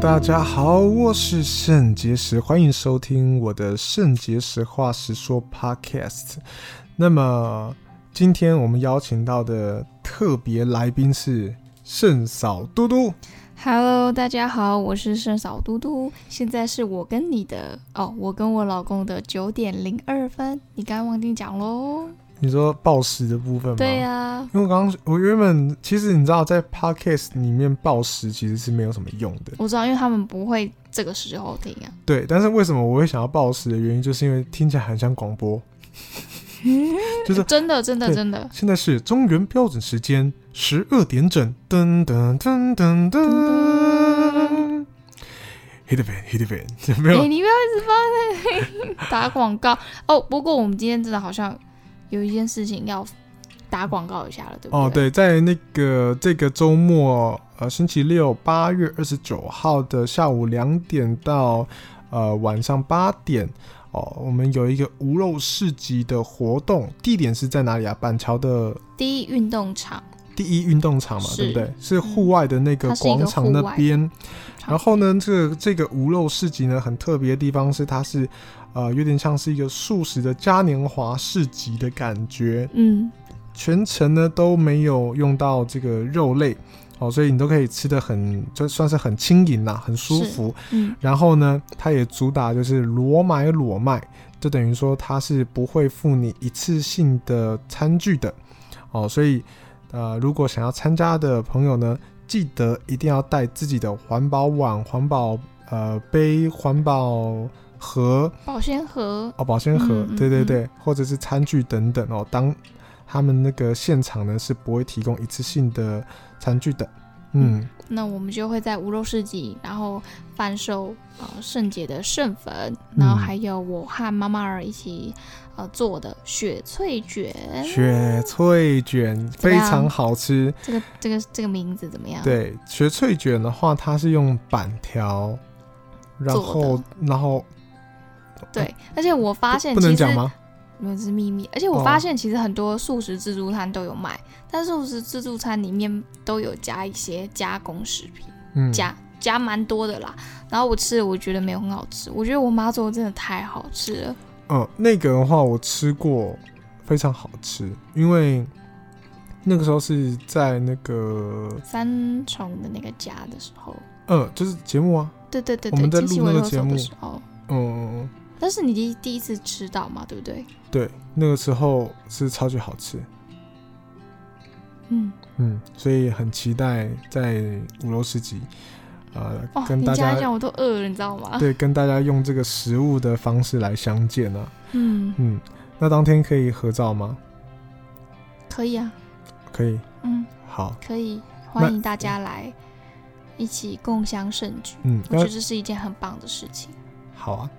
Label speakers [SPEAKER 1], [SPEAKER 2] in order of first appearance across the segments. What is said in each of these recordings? [SPEAKER 1] 大家好，我是肾结石，欢迎收听我的肾结石话实说 Podcast。那么今天我们邀请到的特别来宾是肾嫂嘟嘟。
[SPEAKER 2] Hello，大家好，我是盛嫂嘟嘟，现在是我跟你的哦，我跟我老公的九点零二分，你刚刚忘记讲喽。
[SPEAKER 1] 你说暴食的部分吗？
[SPEAKER 2] 对呀、
[SPEAKER 1] 因为我刚刚我原本其实你知道，在 podcast 里面暴食其实是没有什么用的，
[SPEAKER 2] 我知道，因为他们不会这个时候听啊。
[SPEAKER 1] 对。但是为什么我会想要暴食的原因，就是因为听起来很像广播。就是
[SPEAKER 2] 真的，真的，
[SPEAKER 1] 对
[SPEAKER 2] 真的。
[SPEAKER 1] 现在是中原标准时间十二点整，噔噔噔噔噔。Hit the fan, hit the fan，就没
[SPEAKER 2] 哎、
[SPEAKER 1] 有
[SPEAKER 2] 你不要一直放在 打广告哦。不过我们今天真的好像有一件事情要打广告一下了，对不对？
[SPEAKER 1] 哦。对，在那个这个周末，呃，星期六八月二十九号的下午两点到呃晚上八点。哦，我们有一个无肉市集的活动，地点是在哪里啊？板桥的
[SPEAKER 2] 第一运动场，
[SPEAKER 1] 第一运动场嘛，
[SPEAKER 2] 是嗯
[SPEAKER 1] 对不对？是户外的那个
[SPEAKER 2] 它是一个
[SPEAKER 1] 广场那
[SPEAKER 2] 户外
[SPEAKER 1] 边。然后呢，这个这个无肉市集呢，很特别的地方是它是，呃，有点像是一个素食的嘉年华市集的感觉，
[SPEAKER 2] 嗯，
[SPEAKER 1] 全程呢都没有用到这个肉类，哦，所以你都可以吃的很，就算是很轻盈啦，很舒服。
[SPEAKER 2] 嗯
[SPEAKER 1] 然后呢，它也主打就是裸买裸卖，就等于说它是不会付你一次性的餐具的，哦，所以呃，如果想要参加的朋友呢，记得一定要带自己的环保碗、环保呃杯、环保盒
[SPEAKER 2] 保鲜盒，
[SPEAKER 1] 哦，保鲜盒，
[SPEAKER 2] 嗯
[SPEAKER 1] 对对
[SPEAKER 2] 嗯
[SPEAKER 1] 对，或者是餐具等等哦。当他们那个现场呢是不会提供一次性的餐具的，嗯，
[SPEAKER 2] 那我们就会在无肉市集，然后贩售呃圣姐的圣粉，
[SPEAKER 1] 嗯
[SPEAKER 2] 然后还有我和妈妈儿一起呃做的雪脆卷，
[SPEAKER 1] 雪脆卷
[SPEAKER 2] 怎么
[SPEAKER 1] 非
[SPEAKER 2] 样
[SPEAKER 1] 常好吃。
[SPEAKER 2] 这个这个这个名字怎么样？，
[SPEAKER 1] 对，雪脆卷的话，它是用板条，然
[SPEAKER 2] 做
[SPEAKER 1] 后
[SPEAKER 2] 的
[SPEAKER 1] 然后
[SPEAKER 2] 对，而且我发现
[SPEAKER 1] 不
[SPEAKER 2] 其
[SPEAKER 1] 能
[SPEAKER 2] 实
[SPEAKER 1] 讲吗？
[SPEAKER 2] 没有这是秘密，而且我
[SPEAKER 1] 哦
[SPEAKER 2] 发现其实很多素食自助餐都有卖，但素食自助餐里面都有加一些加工食品，
[SPEAKER 1] 嗯，
[SPEAKER 2] 加加蛮多的啦。然后我吃了，我觉得没有很好吃，我觉得我妈做的真的太好吃了。
[SPEAKER 1] 嗯，那个的话我吃过，非常好吃，因为那个时候是在那个
[SPEAKER 2] 三重的那个家的时候，
[SPEAKER 1] 嗯，就是节目啊，
[SPEAKER 2] 对对对
[SPEAKER 1] 我们
[SPEAKER 2] 对，
[SPEAKER 1] 在
[SPEAKER 2] 机器
[SPEAKER 1] 录那
[SPEAKER 2] 维
[SPEAKER 1] 个
[SPEAKER 2] 修
[SPEAKER 1] 节
[SPEAKER 2] 手
[SPEAKER 1] 目
[SPEAKER 2] 的时候，
[SPEAKER 1] 嗯，
[SPEAKER 2] 但是你第一第一次吃到嘛，对不对？
[SPEAKER 1] 对，那个时候是超级好吃，
[SPEAKER 2] 嗯，
[SPEAKER 1] 嗯，所以很期待在五楼市集，呃，
[SPEAKER 2] 哦，
[SPEAKER 1] 跟
[SPEAKER 2] 你
[SPEAKER 1] 大
[SPEAKER 2] 讲
[SPEAKER 1] 家
[SPEAKER 2] 一讲，我都饿了，你知道吗？
[SPEAKER 1] 对跟大家用这个食物的方式来相见啊，
[SPEAKER 2] 嗯，
[SPEAKER 1] 嗯，那当天可以合照吗？
[SPEAKER 2] 可以啊，
[SPEAKER 1] 可以，
[SPEAKER 2] 嗯，
[SPEAKER 1] 好，
[SPEAKER 2] 可以，欢迎大家来一起共襄盛举，
[SPEAKER 1] 嗯，
[SPEAKER 2] 我觉
[SPEAKER 1] 那
[SPEAKER 2] 得这是一件很棒的事情。
[SPEAKER 1] 好啊，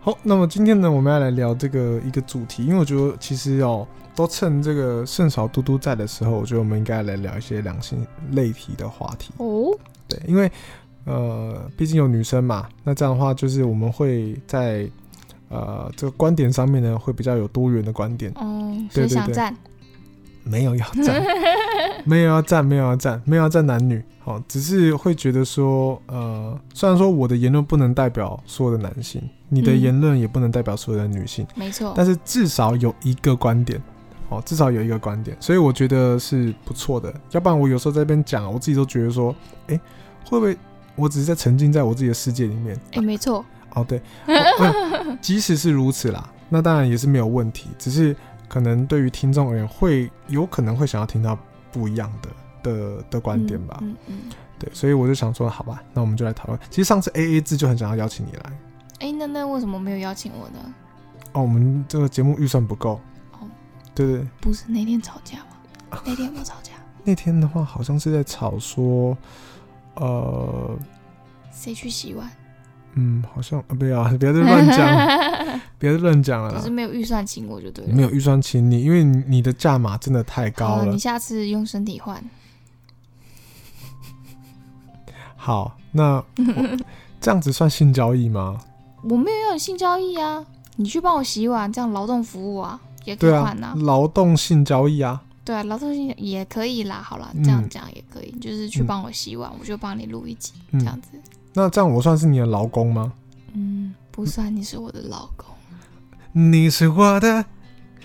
[SPEAKER 1] 好，那么今天呢，我们要来聊这个一个主题，因为我觉得其实哦，都趁这个圣少嘟嘟在的时候，我觉得我们应该来聊一些两性类题的话题。
[SPEAKER 2] 哦，
[SPEAKER 1] 对，因为呃，毕竟有女生嘛，那这样的话就是我们会在呃这个观点上面呢，会比较有多元的观点。
[SPEAKER 2] 嗯，
[SPEAKER 1] 对对
[SPEAKER 2] 所以想
[SPEAKER 1] 对
[SPEAKER 2] 赞，
[SPEAKER 1] 没有要站， 没有要站，没有要站，没有要站男女。好，只是会觉得说，呃，虽然说我的言论不能代表所有的男性，你的
[SPEAKER 2] 嗯
[SPEAKER 1] 言论也不能代表所有的女性，
[SPEAKER 2] 没错，
[SPEAKER 1] 但是至少有一个观点。哦，至少有一个观点，所以我觉得是不错的。要不然我有时候在那边讲，我自己都觉得说，诶，会不会我只是在沉浸在我自己的世界里面？
[SPEAKER 2] 哎，没错，
[SPEAKER 1] 哦，对，哦 嗯即使是如此啦，那当然也是没有问题，只是可能对于听众而言，会有可能会想要听到不一样的的的观点吧。
[SPEAKER 2] 嗯嗯，嗯
[SPEAKER 1] 对，所以我就想说，好吧，那我们就来讨论。其实上次 A A 制就很想要邀请你来，
[SPEAKER 2] 哎，那那为什么没有邀请我呢？
[SPEAKER 1] 哦，我们这个节目预算不够。
[SPEAKER 2] 哦
[SPEAKER 1] 对对，
[SPEAKER 2] 不是那天吵架吗？那天我吵架，
[SPEAKER 1] 那天的话好像是在吵说，呃，
[SPEAKER 2] 谁去洗碗？
[SPEAKER 1] 嗯，好像啊，不要不要再 乱 讲，别再乱讲了
[SPEAKER 2] 可是
[SPEAKER 1] 啦。
[SPEAKER 2] 没有预算请我就对了。
[SPEAKER 1] 没有预算请你，因为你你的价码真的太
[SPEAKER 2] 好
[SPEAKER 1] 高了
[SPEAKER 2] 哦你。下次用身体换。
[SPEAKER 1] 好，那 我这样子算性交易吗？
[SPEAKER 2] 我没有要你性交易啊，你去帮我洗碗，这样劳动服务啊也可以
[SPEAKER 1] 对
[SPEAKER 2] 换
[SPEAKER 1] 啊
[SPEAKER 2] 呐、，
[SPEAKER 1] 劳动性交易啊。
[SPEAKER 2] 对啊，劳动性也可以啦。好啦，
[SPEAKER 1] 嗯
[SPEAKER 2] 这样讲也可以，就是去帮我洗碗，我就帮你录一集，
[SPEAKER 1] 嗯
[SPEAKER 2] 这样子
[SPEAKER 1] 那这样我算是你的劳工吗？
[SPEAKER 2] 嗯，不算你是我的老公，
[SPEAKER 1] 你是我的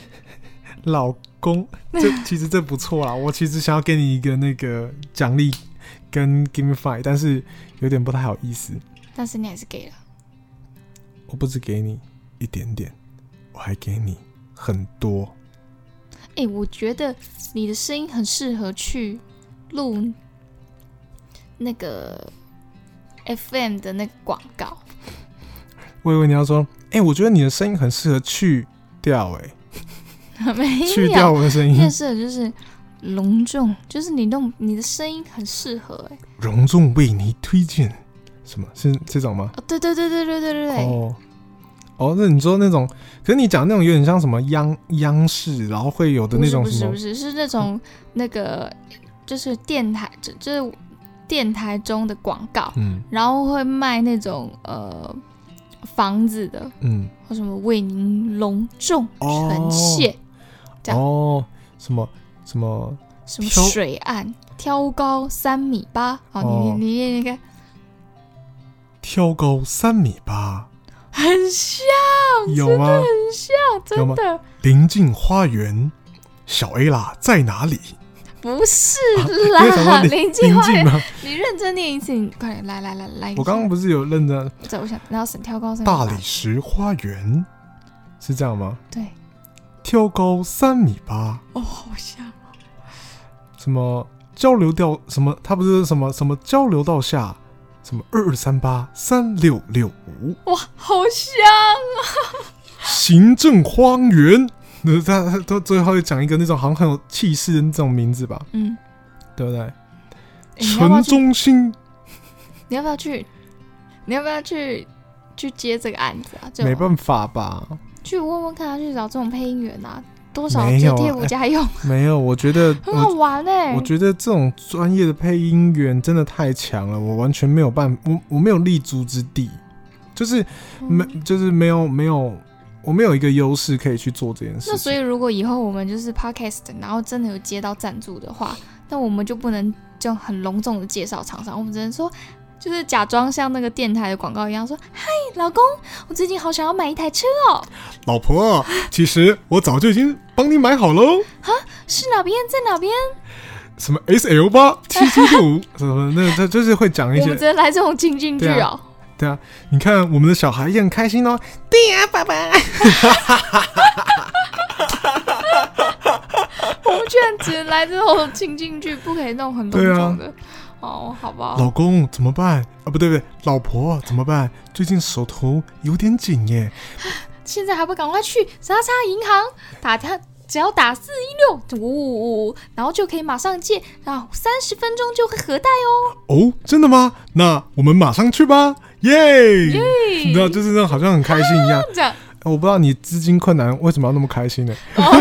[SPEAKER 1] 老 公，这其实这不错啦。我其实想要给你一个那个奖励跟 give me five，但是有点不太好意思。
[SPEAKER 2] 但是你还是给了。
[SPEAKER 1] 我不止给你一点点，我还给你很多。
[SPEAKER 2] 哎、我觉得你的声音很适合去录那个 FM 的那个广告。
[SPEAKER 1] 我以为你要说，哎、我觉得你的声音很适合去掉、欸，
[SPEAKER 2] 没有，啊
[SPEAKER 1] 去掉我的声音
[SPEAKER 2] 更，适合就是隆重，就是你弄你的声音很适合、哎，
[SPEAKER 1] 隆重为你推荐，什么是这种吗？
[SPEAKER 2] 哦，对对对对对对对对，
[SPEAKER 1] 哦，哦，那你说那种，可是你讲那种有点像什么央央视，然后会有的
[SPEAKER 2] 不
[SPEAKER 1] 那
[SPEAKER 2] 是
[SPEAKER 1] 种
[SPEAKER 2] 不
[SPEAKER 1] 什
[SPEAKER 2] 是
[SPEAKER 1] 么
[SPEAKER 2] 不是是那种那个就是电台，就就是电台中的广告，
[SPEAKER 1] 嗯
[SPEAKER 2] 然后会卖那种呃房子的
[SPEAKER 1] 嗯，
[SPEAKER 2] 或什么为您隆重呈现、这样
[SPEAKER 1] 哦，什么什么，
[SPEAKER 2] 什么
[SPEAKER 1] 挑
[SPEAKER 2] 水岸挑高三米八，好，
[SPEAKER 1] 哦
[SPEAKER 2] 你你你你看
[SPEAKER 1] 挑高三米八，
[SPEAKER 2] 很像
[SPEAKER 1] 有吗？
[SPEAKER 2] 很像，
[SPEAKER 1] 有
[SPEAKER 2] 真
[SPEAKER 1] 吗
[SPEAKER 2] 的
[SPEAKER 1] 临近花园，小 A 啦在哪 里？
[SPEAKER 2] 不是
[SPEAKER 1] 我啊想
[SPEAKER 2] 啦，
[SPEAKER 1] 说你
[SPEAKER 2] 林计
[SPEAKER 1] 临
[SPEAKER 2] 划
[SPEAKER 1] 近吗？
[SPEAKER 2] 你认真念一次，你快点来来来来一下。
[SPEAKER 1] 我刚刚不是有认真
[SPEAKER 2] 这我想，然后省挑高三米
[SPEAKER 1] 大
[SPEAKER 2] 八
[SPEAKER 1] 理石花园是这样吗？
[SPEAKER 2] 对，
[SPEAKER 1] 挑高三米八，
[SPEAKER 2] 哦，好像
[SPEAKER 1] 什么交流道什么，它不是什么什么交流道下什么二二三八三六六五
[SPEAKER 2] 哇，好像
[SPEAKER 1] 行政荒原，那他他他最后会讲一个那种好像很有气势的那种名字吧，
[SPEAKER 2] 嗯，
[SPEAKER 1] 对不对？
[SPEAKER 2] 诶欸你要不要
[SPEAKER 1] 城
[SPEAKER 2] 去？
[SPEAKER 1] 中心
[SPEAKER 2] 你要不要去？你要不要去去接这个案子啊？这种
[SPEAKER 1] 没办法吧？
[SPEAKER 2] 去问问看啊，去找这种配音员啊，多少
[SPEAKER 1] 没
[SPEAKER 2] 就
[SPEAKER 1] 有啊
[SPEAKER 2] 贴补家用，
[SPEAKER 1] 没有，我觉得
[SPEAKER 2] 很好
[SPEAKER 1] 我
[SPEAKER 2] 玩哎、
[SPEAKER 1] 我觉得这种专业的配音员真的太强了，我完全没有办法，我我没有立足之地，就是
[SPEAKER 2] 嗯
[SPEAKER 1] 没就是没有没有，我没有一个优势可以去做这件事
[SPEAKER 2] 那所以，
[SPEAKER 1] 情。
[SPEAKER 2] 如果以后我们就是 podcast，然后真的有接到赞助的话，那我们就不能就很隆重的介绍厂商，我们只能说，就是假装像那个电台的广告一样说：“嗨，老公，我最近好想要买一台车哦，
[SPEAKER 1] 老婆，其实我早就已经帮你买好喽，
[SPEAKER 2] 是哪边在哪边
[SPEAKER 1] 什么 S L 八七七六五， 什么那这就是会？”讲一
[SPEAKER 2] 我们
[SPEAKER 1] 些。
[SPEAKER 2] 只能来这种情境剧
[SPEAKER 1] 对
[SPEAKER 2] 哦
[SPEAKER 1] 啊。你看我们的小孩也很开心哦。对呀、爸爸。
[SPEAKER 2] 哦我们居然只能来这种情境剧，不可以那种很隆重的。哦，好
[SPEAKER 1] 啊
[SPEAKER 2] 吧，
[SPEAKER 1] 老公怎么办啊？不对不对，老婆怎么办？最近手头有点紧耶。
[SPEAKER 2] 现在还不赶快去叉叉银行打他，只要打四一六五五五，然后就可以马上借，然后三十分钟就会核贷哦。
[SPEAKER 1] 哦，真的吗？那我们马上去吧，耶！你知道，就是那种好像很开心一样。
[SPEAKER 2] 这样，
[SPEAKER 1] 我不知道你资金困难为什么要那么开心呢、
[SPEAKER 2] 哦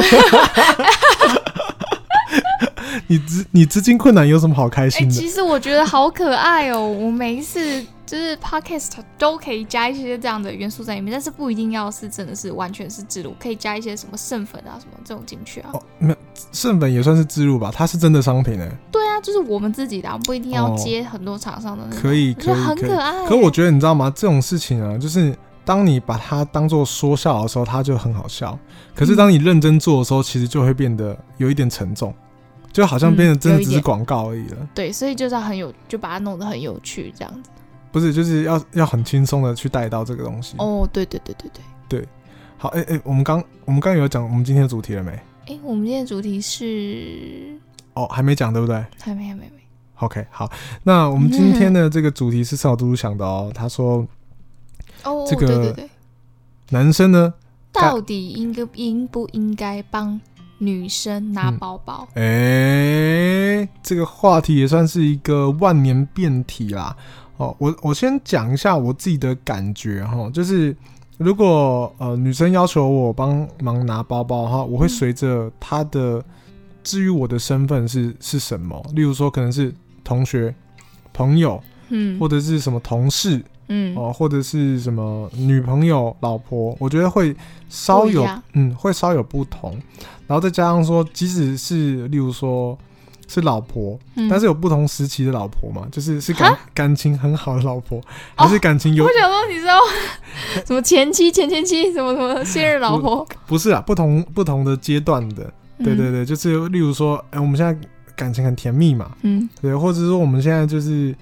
[SPEAKER 1] 你资你资金困难有什么好开
[SPEAKER 2] 哎、
[SPEAKER 1] 心的？
[SPEAKER 2] 其实我觉得好可爱哦。我每一次就是 podcast 都可以加一些这样的元素在里面，但是不一定要是真的是完全是自录，可以加一些什么剩粉啊什么这种进去啊。
[SPEAKER 1] 哦，没有，剩粉也算是置入吧，它是真的商品哎、
[SPEAKER 2] 对啊，就是我们自己的啊，我们不一定要
[SPEAKER 1] 哦
[SPEAKER 2] 接很多厂嗯商的那种。
[SPEAKER 1] 可以
[SPEAKER 2] 我
[SPEAKER 1] 可
[SPEAKER 2] 觉得
[SPEAKER 1] 以
[SPEAKER 2] 很
[SPEAKER 1] 可
[SPEAKER 2] 可
[SPEAKER 1] 以。
[SPEAKER 2] 爱。
[SPEAKER 1] 可我觉得你知道吗？这种事情啊，就是当你把它当做说笑的时候，它就很好笑；可是当你认真做的时候，其实就会变得有一点沉重，就好像变得
[SPEAKER 2] 嗯
[SPEAKER 1] 真
[SPEAKER 2] 有
[SPEAKER 1] 的
[SPEAKER 2] 一
[SPEAKER 1] 只是
[SPEAKER 2] 点
[SPEAKER 1] 广告而已了。
[SPEAKER 2] 对，所以就是要很有，就把它弄得很有趣这样子。
[SPEAKER 1] 不是，就是要要很轻松的去带到这个东西。
[SPEAKER 2] 哦，对对对对对。
[SPEAKER 1] 好，哎、哎、我们刚我们刚有讲我们今天的主题了没？
[SPEAKER 2] 哎、我们今天的主题是
[SPEAKER 1] 哦，还没讲对不对
[SPEAKER 2] 还没还没还没，
[SPEAKER 1] ？OK，好，那我们今天的这个主题是邵嘟嘟想的哦。他说，
[SPEAKER 2] 哦，
[SPEAKER 1] 这个
[SPEAKER 2] 对对对，
[SPEAKER 1] 男生呢，大
[SPEAKER 2] 到底应该应不应该帮女生拿包包？
[SPEAKER 1] 哎、这个话题也算是一个万年辩题啦。哦，我我先讲一下我自己的感觉哈，就是如果呃女生要求我帮忙拿包包的话，我会
[SPEAKER 2] 嗯
[SPEAKER 1] 随着她的至于我的身份是是什么，例如说可能是同学、朋友，
[SPEAKER 2] 嗯
[SPEAKER 1] 或者是什么同事
[SPEAKER 2] 嗯，
[SPEAKER 1] 哦、或者是什么女朋友、老婆，我觉得会稍
[SPEAKER 2] 不一
[SPEAKER 1] 有
[SPEAKER 2] 样
[SPEAKER 1] 嗯，会稍有不同。然后再加上说，即使是例如说，是老婆，
[SPEAKER 2] 嗯
[SPEAKER 1] 但是有不同时期的老婆嘛，就是是感感情很好的老
[SPEAKER 2] 哦
[SPEAKER 1] 婆，还是感情有、
[SPEAKER 2] 我想说，你知道 什么前妻、前前妻，什么什 么现任老婆？
[SPEAKER 1] 不是啊？不同不同的阶段的，对对
[SPEAKER 2] 嗯，
[SPEAKER 1] 对，就是例如说，哎、我们现在感情很甜蜜嘛，
[SPEAKER 2] 嗯，
[SPEAKER 1] 对，或者说我们现在就是，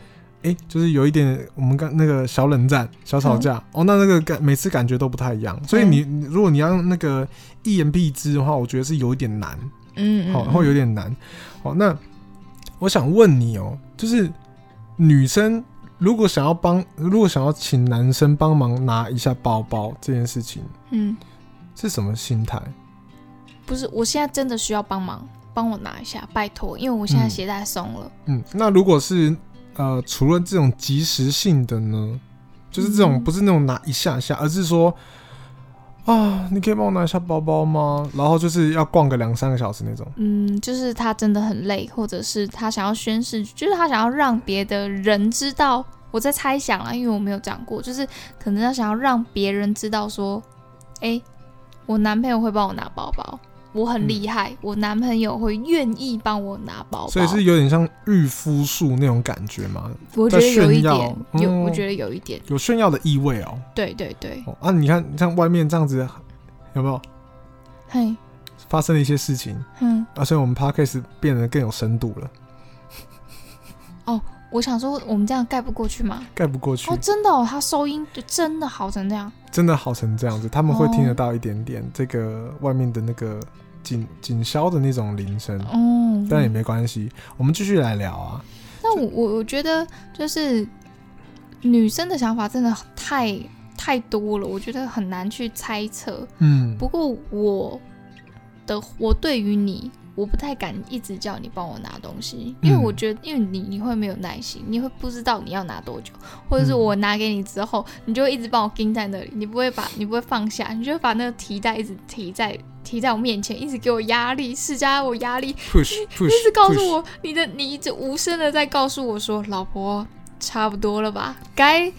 [SPEAKER 1] 哎、就是有一点我们刚那个小冷战、小
[SPEAKER 2] 嗯
[SPEAKER 1] 吵架，哦，那那个感每次感觉都不太一样，所以你你如果你要用那个一言蔽之的话，我觉得是有一点难，
[SPEAKER 2] 嗯，嗯
[SPEAKER 1] 好、会有点难，好、那我想问你哦，就是女生如果想要帮，如果想要请男生帮忙拿一下包包这件事情，
[SPEAKER 2] 嗯，
[SPEAKER 1] 是什么心态？
[SPEAKER 2] 不是，我现在真的需要帮忙，帮我拿一下，拜托，因为我现在鞋带松了。
[SPEAKER 1] 嗯，那如果是呃，除了这种及时性的呢，就是这种
[SPEAKER 2] 嗯
[SPEAKER 1] 不是那种拿一下下，而是说啊，你可以帮我拿一下包包吗？然后就是要逛个两三个小时那种。
[SPEAKER 2] 嗯，就是他真的很累，或者是他想要宣示，就是他想要让别的人知道。我在猜想啊，因为我没有讲过，就是可能他想要让别人知道说，哎、我男朋友会帮我拿包包，我
[SPEAKER 1] 嗯
[SPEAKER 2] 很厉害，我男朋友会愿意帮我拿包包，
[SPEAKER 1] 所以是有点像御夫术那种感觉嘛，
[SPEAKER 2] 我觉得有
[SPEAKER 1] 在
[SPEAKER 2] 一
[SPEAKER 1] 炫耀
[SPEAKER 2] 点，有
[SPEAKER 1] 嗯
[SPEAKER 2] 我觉得有一点，
[SPEAKER 1] 有炫耀的意味哦、
[SPEAKER 2] 对对对，
[SPEAKER 1] 哦啊，你看像外面这样子，有没有
[SPEAKER 2] 嘿，
[SPEAKER 1] 发生了一些事情？
[SPEAKER 2] 嗯，
[SPEAKER 1] 啊，所以我们 podcast 变得更有深度了，
[SPEAKER 2] 我想说我们这样盖不过去吗？
[SPEAKER 1] 盖不过去
[SPEAKER 2] 哦，，真的哦，他收音就真的好成这样，
[SPEAKER 1] 真的好成这样子，他们会听得
[SPEAKER 2] 哦
[SPEAKER 1] 到一点点这个外面的那个警警消的那种铃声。
[SPEAKER 2] 哦，
[SPEAKER 1] 但也没关系，我们继续来聊啊。
[SPEAKER 2] 那我我我觉得就是女生的想法真的太太多了，我觉得很难去猜测。
[SPEAKER 1] 嗯，
[SPEAKER 2] 不过我的我对于你，我不太敢一直叫你帮我拿东西，因为
[SPEAKER 1] 嗯
[SPEAKER 2] 我觉得，因为你你会没有耐心，你会不知道你要拿多久，或者是
[SPEAKER 1] 嗯
[SPEAKER 2] 我拿给你之后，你就会一直帮我盯在那里，你不会把你不会放下，你就会把那个提袋一直提在提在我面前，一直给我压力，施加我压力，
[SPEAKER 1] push push，
[SPEAKER 2] 一直告诉我你的，你一直无声的在告诉我说，老婆差不多了吧，该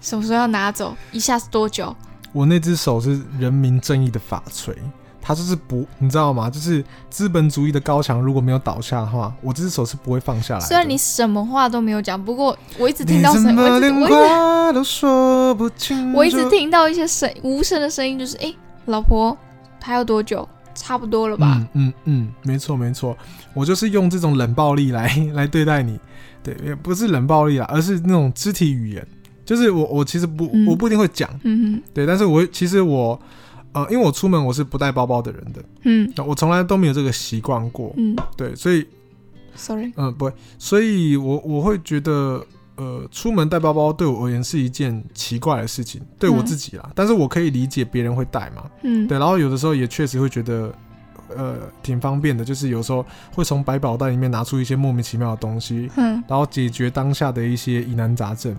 [SPEAKER 2] 什么时候要拿走，一下子多久？
[SPEAKER 1] 我那只手是人民正义的法锤，它就是不，你知道吗？就是资本主义的高墙如果没有倒下的话，我这只手是不会放下来的。
[SPEAKER 2] 虽然你什么话都没有讲，不过我一直听
[SPEAKER 1] 你
[SPEAKER 2] 到
[SPEAKER 1] 怎
[SPEAKER 2] 声，
[SPEAKER 1] 么
[SPEAKER 2] 我一直
[SPEAKER 1] 连
[SPEAKER 2] 我一直
[SPEAKER 1] 话都说不清，
[SPEAKER 2] 我一直听到一些声无声的声音，就是哎、诶老婆还有多久？差不多了吧？
[SPEAKER 1] 嗯嗯嗯，没错没错，我就是用这种冷暴力来 来对待你，对，也不是冷暴力啦，而是那种肢体语言，就是我我其实不、
[SPEAKER 2] 嗯
[SPEAKER 1] 我不一定会讲，
[SPEAKER 2] 嗯
[SPEAKER 1] 对，但是我其实我呃，因为我出门我是不带包包的人的，
[SPEAKER 2] 嗯
[SPEAKER 1] 我从来都没有这个习惯过，
[SPEAKER 2] 嗯
[SPEAKER 1] 对，所以
[SPEAKER 2] ，sorry，
[SPEAKER 1] 嗯、呃不会，所以我我会觉得。呃，出门带包包对我而言是一件奇怪的事情，对我
[SPEAKER 2] 嗯
[SPEAKER 1] 自己啦，但是我可以理解别人会带嘛，
[SPEAKER 2] 嗯，
[SPEAKER 1] 对，然后有的时候也确实会觉得，呃，挺方便的，就是有时候会从百宝袋里面拿出一些莫名其妙的东西，
[SPEAKER 2] 嗯
[SPEAKER 1] 然后解决当下的一些疑难杂症。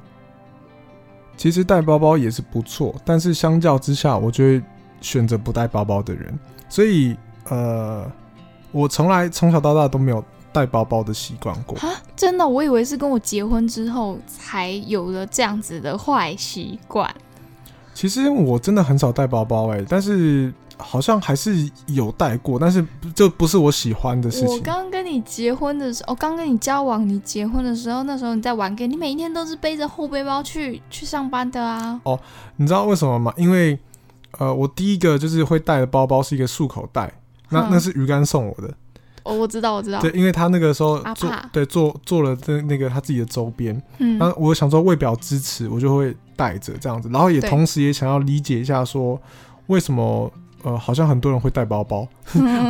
[SPEAKER 1] 其实带包包也是不错，但是相较之下，我就会选择不带包包的人。所以，呃，我从来从小到大都没有带包包的习惯过。
[SPEAKER 2] 啊，真的，我以为是跟我结婚之后才有了这样子的坏习惯。
[SPEAKER 1] 其实我真的很少带包包、欸，哎，但是好像还是有带过，但是就不是我喜欢的事
[SPEAKER 2] 我
[SPEAKER 1] 情。
[SPEAKER 2] 刚跟你结婚的时候，哦，刚跟你交往，你结婚的时候，那时候你在玩 game，你每一天都是背着后背包去去上班的啊。
[SPEAKER 1] 你知道为什么吗？因为呃，我第一个就是会带的包包是一个束口袋，那、
[SPEAKER 2] 嗯
[SPEAKER 1] 那是鱼竿送我的。
[SPEAKER 2] 哦，我知道，我知道。
[SPEAKER 1] 对，因为他那个时候
[SPEAKER 2] 阿
[SPEAKER 1] 做
[SPEAKER 2] 帕
[SPEAKER 1] 对做做了这那个他自己的周边，
[SPEAKER 2] 嗯
[SPEAKER 1] 那、我想说为表支持，我就会带着这样子，然后也
[SPEAKER 2] 对
[SPEAKER 1] 同时也想要理解一下说为什么。呃，好像很多人会带包 包，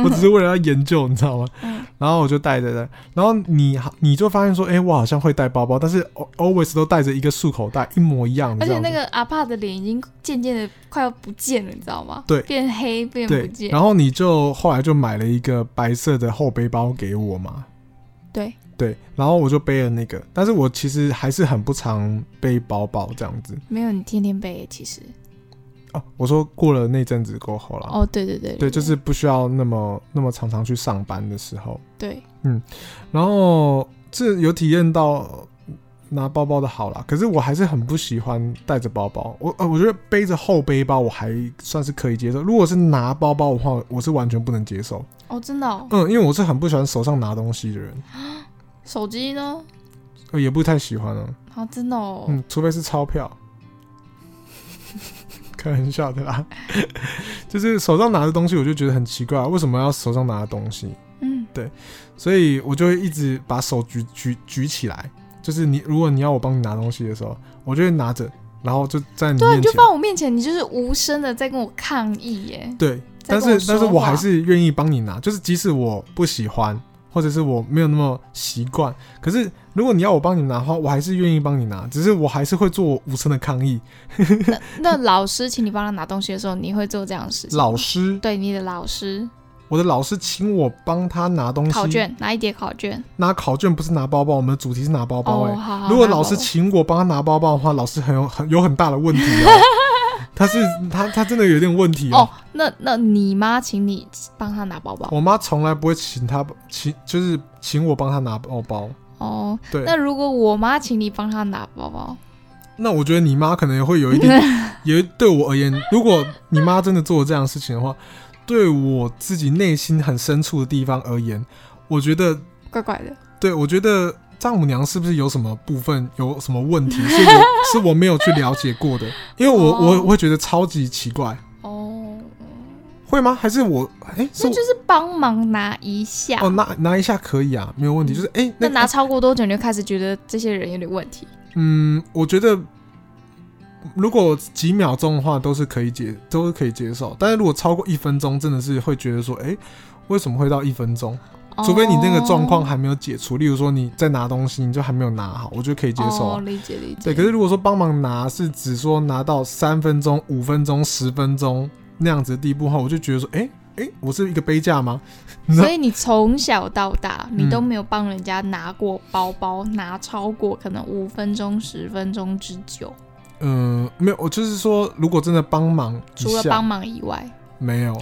[SPEAKER 1] 我只是为了要研究，你知道吗？
[SPEAKER 2] 嗯
[SPEAKER 1] 然后我就带着的，然后你你就发现说，哎、我好像会带包包，但是 al- always 都带着一个束口袋，一模一样的
[SPEAKER 2] 而
[SPEAKER 1] 这样
[SPEAKER 2] 且
[SPEAKER 1] 子。
[SPEAKER 2] 那个阿爸的脸已经渐渐的快要不见了，你知道吗？
[SPEAKER 1] 对
[SPEAKER 2] 变黑变不
[SPEAKER 1] 对，
[SPEAKER 2] 见。
[SPEAKER 1] 然后你就后来就买了一个白色的后背包给我嘛，
[SPEAKER 2] 对，
[SPEAKER 1] 对，然后我就背了那个，但是我其实还是很不常背包包这样子
[SPEAKER 2] 没有你天天背耶，其实。
[SPEAKER 1] 哦。我说过了那阵子过后啦，
[SPEAKER 2] 哦，对对对。
[SPEAKER 1] 啊对，就是不需要那么那么常常去上班的时候，
[SPEAKER 2] 对。
[SPEAKER 1] 然后这有体验到拿包包的好啦，可是我还是很不喜欢带着包包。我呃，我觉得背着后背包我还算是可以接受，如果是拿包包的话，我是完全不能接受。
[SPEAKER 2] 哦，真的哦。
[SPEAKER 1] 嗯，因为我是很不喜欢手上拿东西的人，
[SPEAKER 2] 手机呢？
[SPEAKER 1] 呃也不太喜欢啊。
[SPEAKER 2] 啊，真的哦。
[SPEAKER 1] 嗯，除非是钞票，开玩笑的啦。 就是手上拿的东西，我就觉得很奇怪，啊为什么要手上拿的东西？
[SPEAKER 2] 嗯
[SPEAKER 1] 所以我就会一直把手举举举起来，就是你如果你要我帮你拿东西的时候，我就会拿着，然后就在你
[SPEAKER 2] 对啊，
[SPEAKER 1] 面
[SPEAKER 2] 你
[SPEAKER 1] 前
[SPEAKER 2] 就。放我面前，你就是无声的在跟我抗议耶。
[SPEAKER 1] 对，
[SPEAKER 2] 在
[SPEAKER 1] 但
[SPEAKER 2] 跟我
[SPEAKER 1] 是但是
[SPEAKER 2] 说
[SPEAKER 1] 我
[SPEAKER 2] 话
[SPEAKER 1] 还是愿意帮你拿，就是即使我不喜欢，或者是我没有那么习惯，可是如果你要我帮你拿的话，我还是愿意帮你拿，只是我还是会做无声的抗议。
[SPEAKER 2] 那老师请你帮他拿东西的时候，你会做这样的事情？
[SPEAKER 1] 老师，
[SPEAKER 2] 对你的老师，
[SPEAKER 1] 我的老师请我帮他拿东西，
[SPEAKER 2] 考卷拿一叠考卷。
[SPEAKER 1] 拿考卷不是拿包包，我们的主题是拿包包、欸。
[SPEAKER 2] 哦，好好。
[SPEAKER 1] 如果
[SPEAKER 2] 拿
[SPEAKER 1] 老师
[SPEAKER 2] 包
[SPEAKER 1] 请我帮他拿包包的话，老师很有很有很大的问题 哦。他是他他真的有点问题哦。
[SPEAKER 2] 哦，那那你妈请你帮他拿包包
[SPEAKER 1] 我妈从来不会请他请，就是请我帮他拿包包。
[SPEAKER 2] 哦。
[SPEAKER 1] 对，那
[SPEAKER 2] 那如果我妈请你帮她拿包包，
[SPEAKER 1] 我觉得你妈可能也会有一点， 也对我而言，如果你妈真的做了这样的事情的话，对我自己内心很深处的地方而言，我觉得
[SPEAKER 2] 怪怪的。
[SPEAKER 1] 对，我觉得丈母娘是不是有什么部分有什么问题，是 我是我没有去了解过的，因为我、
[SPEAKER 2] 哦
[SPEAKER 1] 我会觉得超级奇怪，
[SPEAKER 2] 哦，
[SPEAKER 1] 会吗？还是我哎、是
[SPEAKER 2] 那
[SPEAKER 1] 我
[SPEAKER 2] 就是帮忙拿一下。
[SPEAKER 1] 哦拿拿一下可以啊，没有问题，就是哎、
[SPEAKER 2] 那
[SPEAKER 1] 那
[SPEAKER 2] 拿超过多久你就开始觉得这些人有点问题？
[SPEAKER 1] 嗯，我觉得。如果几秒钟的话都是可以接，都是可以接受。但是如果超过一分钟，真的是会觉得说，哎、为什么会到一分钟？ 除非你那个状
[SPEAKER 2] 哦
[SPEAKER 1] 况还没有解除，例如说你在拿东西，你就还没有拿好，我觉得可以接受啊
[SPEAKER 2] 哦，。理解理解。
[SPEAKER 1] 对，可是如果说帮忙拿是只说拿到三分钟、五分钟、十分钟那样子的地步的话，我就觉得说，哎、哎、我是一个杯架吗？你知道
[SPEAKER 2] 所以你从小到大，你都
[SPEAKER 1] 嗯
[SPEAKER 2] 没有帮人家拿过包包，拿超过可能五分钟、十分钟之久，
[SPEAKER 1] 嗯、没有，我就是说，如果真的帮忙一
[SPEAKER 2] 除了
[SPEAKER 1] 下
[SPEAKER 2] 帮忙以外，
[SPEAKER 1] 没有，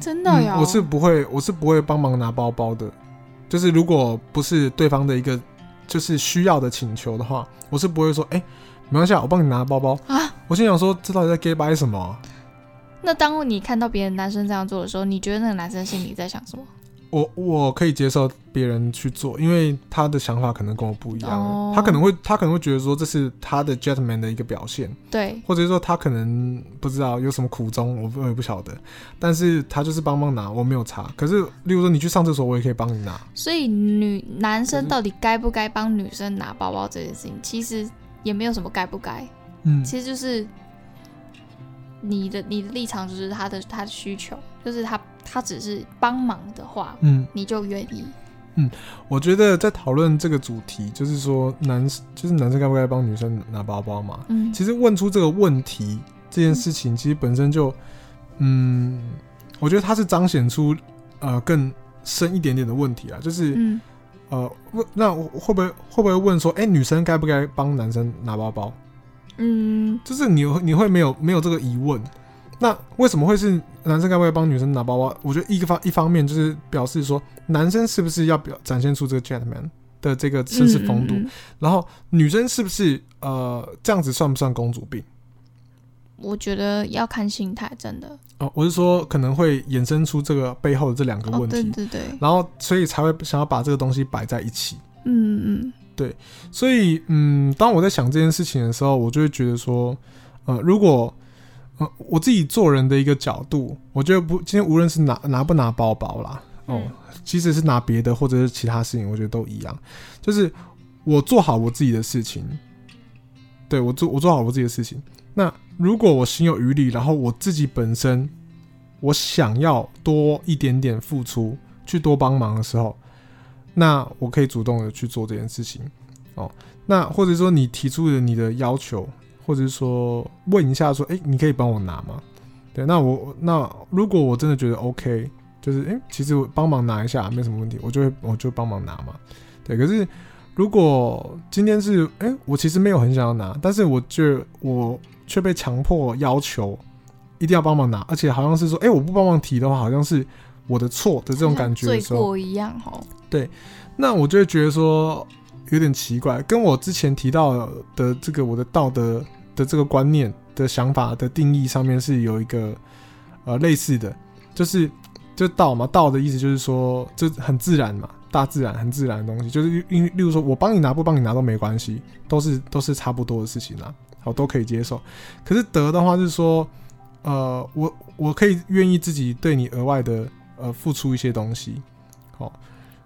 [SPEAKER 2] 真的呀、
[SPEAKER 1] 嗯，我是不会，我是不会帮忙拿包包的。就是如果不是对方的一个就是需要的请求的话，我是不会说，哎、没关系啊，我帮你拿包包。
[SPEAKER 2] 啊。
[SPEAKER 1] 我心想说，这到底在 gay 掰什么啊、
[SPEAKER 2] 那当你看到别的男生这样做的时候，你觉得那个男生心里在想什么？
[SPEAKER 1] 我我可以接受别人去做，因为他的想法可能跟我不一样，
[SPEAKER 2] 哦
[SPEAKER 1] 他可能会他可能会觉得说这是他的 gentleman 的一个表现，
[SPEAKER 2] 对，
[SPEAKER 1] 或者是说他可能不知道有什么苦衷，我我也不晓得，但是他就是帮帮拿，我没有查。可是，例如说你去上厕所，我也可以帮你拿。
[SPEAKER 2] 所以女男生
[SPEAKER 1] 可是
[SPEAKER 2] 到底该不该帮女生拿包包这件事情，其实也没有什么该不该，
[SPEAKER 1] 嗯，
[SPEAKER 2] 其实就是你的你的立场就是他的他的需求，就是他他只是帮忙的话，
[SPEAKER 1] 嗯，
[SPEAKER 2] 你就愿意。
[SPEAKER 1] 我觉得在讨论这个主题，就是说男就是男生该不该帮女生拿包包嘛？
[SPEAKER 2] 嗯，
[SPEAKER 1] 其实问出这个问题这件事情，其实本身就，嗯，我觉得它是彰显出呃更深一点点的问题啊，就是
[SPEAKER 2] 嗯，
[SPEAKER 1] 呃，问那我会不会会不会问说，哎、女生该不该帮男生拿包包？
[SPEAKER 2] 嗯，
[SPEAKER 1] 就是你会你会没有没有这个疑问，那为什么会是男生该不该帮女生拿包包？我觉得一个方一方面就是表示说，男生是不是要表展现出这个 gentleman 的这个绅士风度，
[SPEAKER 2] 嗯嗯嗯
[SPEAKER 1] 然后女生是不是呃这样子算不算公主病？
[SPEAKER 2] 我觉得要看心态，真的。
[SPEAKER 1] 哦，我是说可能会衍生出这个背后的这两个
[SPEAKER 2] 哦，
[SPEAKER 1] 问题，
[SPEAKER 2] 对对对，
[SPEAKER 1] 然后所以才会想要把这个东西摆在一起。
[SPEAKER 2] 嗯嗯，
[SPEAKER 1] 所以，嗯，当我在想这件事情的时候，我就会觉得说，呃，如果呃我自己做人的一个角度，我觉得不，今天无论是拿拿不拿包包啦，哦，
[SPEAKER 2] 嗯
[SPEAKER 1] 即使是拿别的或者是其他事情，我觉得都一样，就是我做好我自己的事情，对我做我做好我自己的事情。那如果我心有余力，然后我自己本身我想要多一点点付出，去多帮忙的时候，那我可以主动的去做这件事情。哦那或者说你提出了你的要求，或者是说问一下说，哎、你可以帮我拿吗？对，那我那如果我真的觉得 OK，就是哎、诶其实我帮忙拿一下没什么问题，我就会我就帮忙拿嘛。对，可是如果今天是哎、诶我其实没有很想要拿，但是我却我却被强迫要求一定要帮忙拿，而且好像是说，哎、我不帮忙提的话，好像是我的错的这
[SPEAKER 2] 这
[SPEAKER 1] 种感觉的
[SPEAKER 2] 罪
[SPEAKER 1] 时候，
[SPEAKER 2] 过一样哦。
[SPEAKER 1] 那我就会觉得说，有点奇怪，跟我之前提到的这个我的道德的这个观念的想法的定义上面是有一个呃类似的，就是就道嘛，道的意思就是说这很自然嘛，大自然很自然的东西，就是因例如说我帮你拿不帮你拿都没关系，都是都是差不多的事情啦，好都可以接受。可是德的话是说，呃，我我可以愿意自己对你额外的呃付出一些东西，好、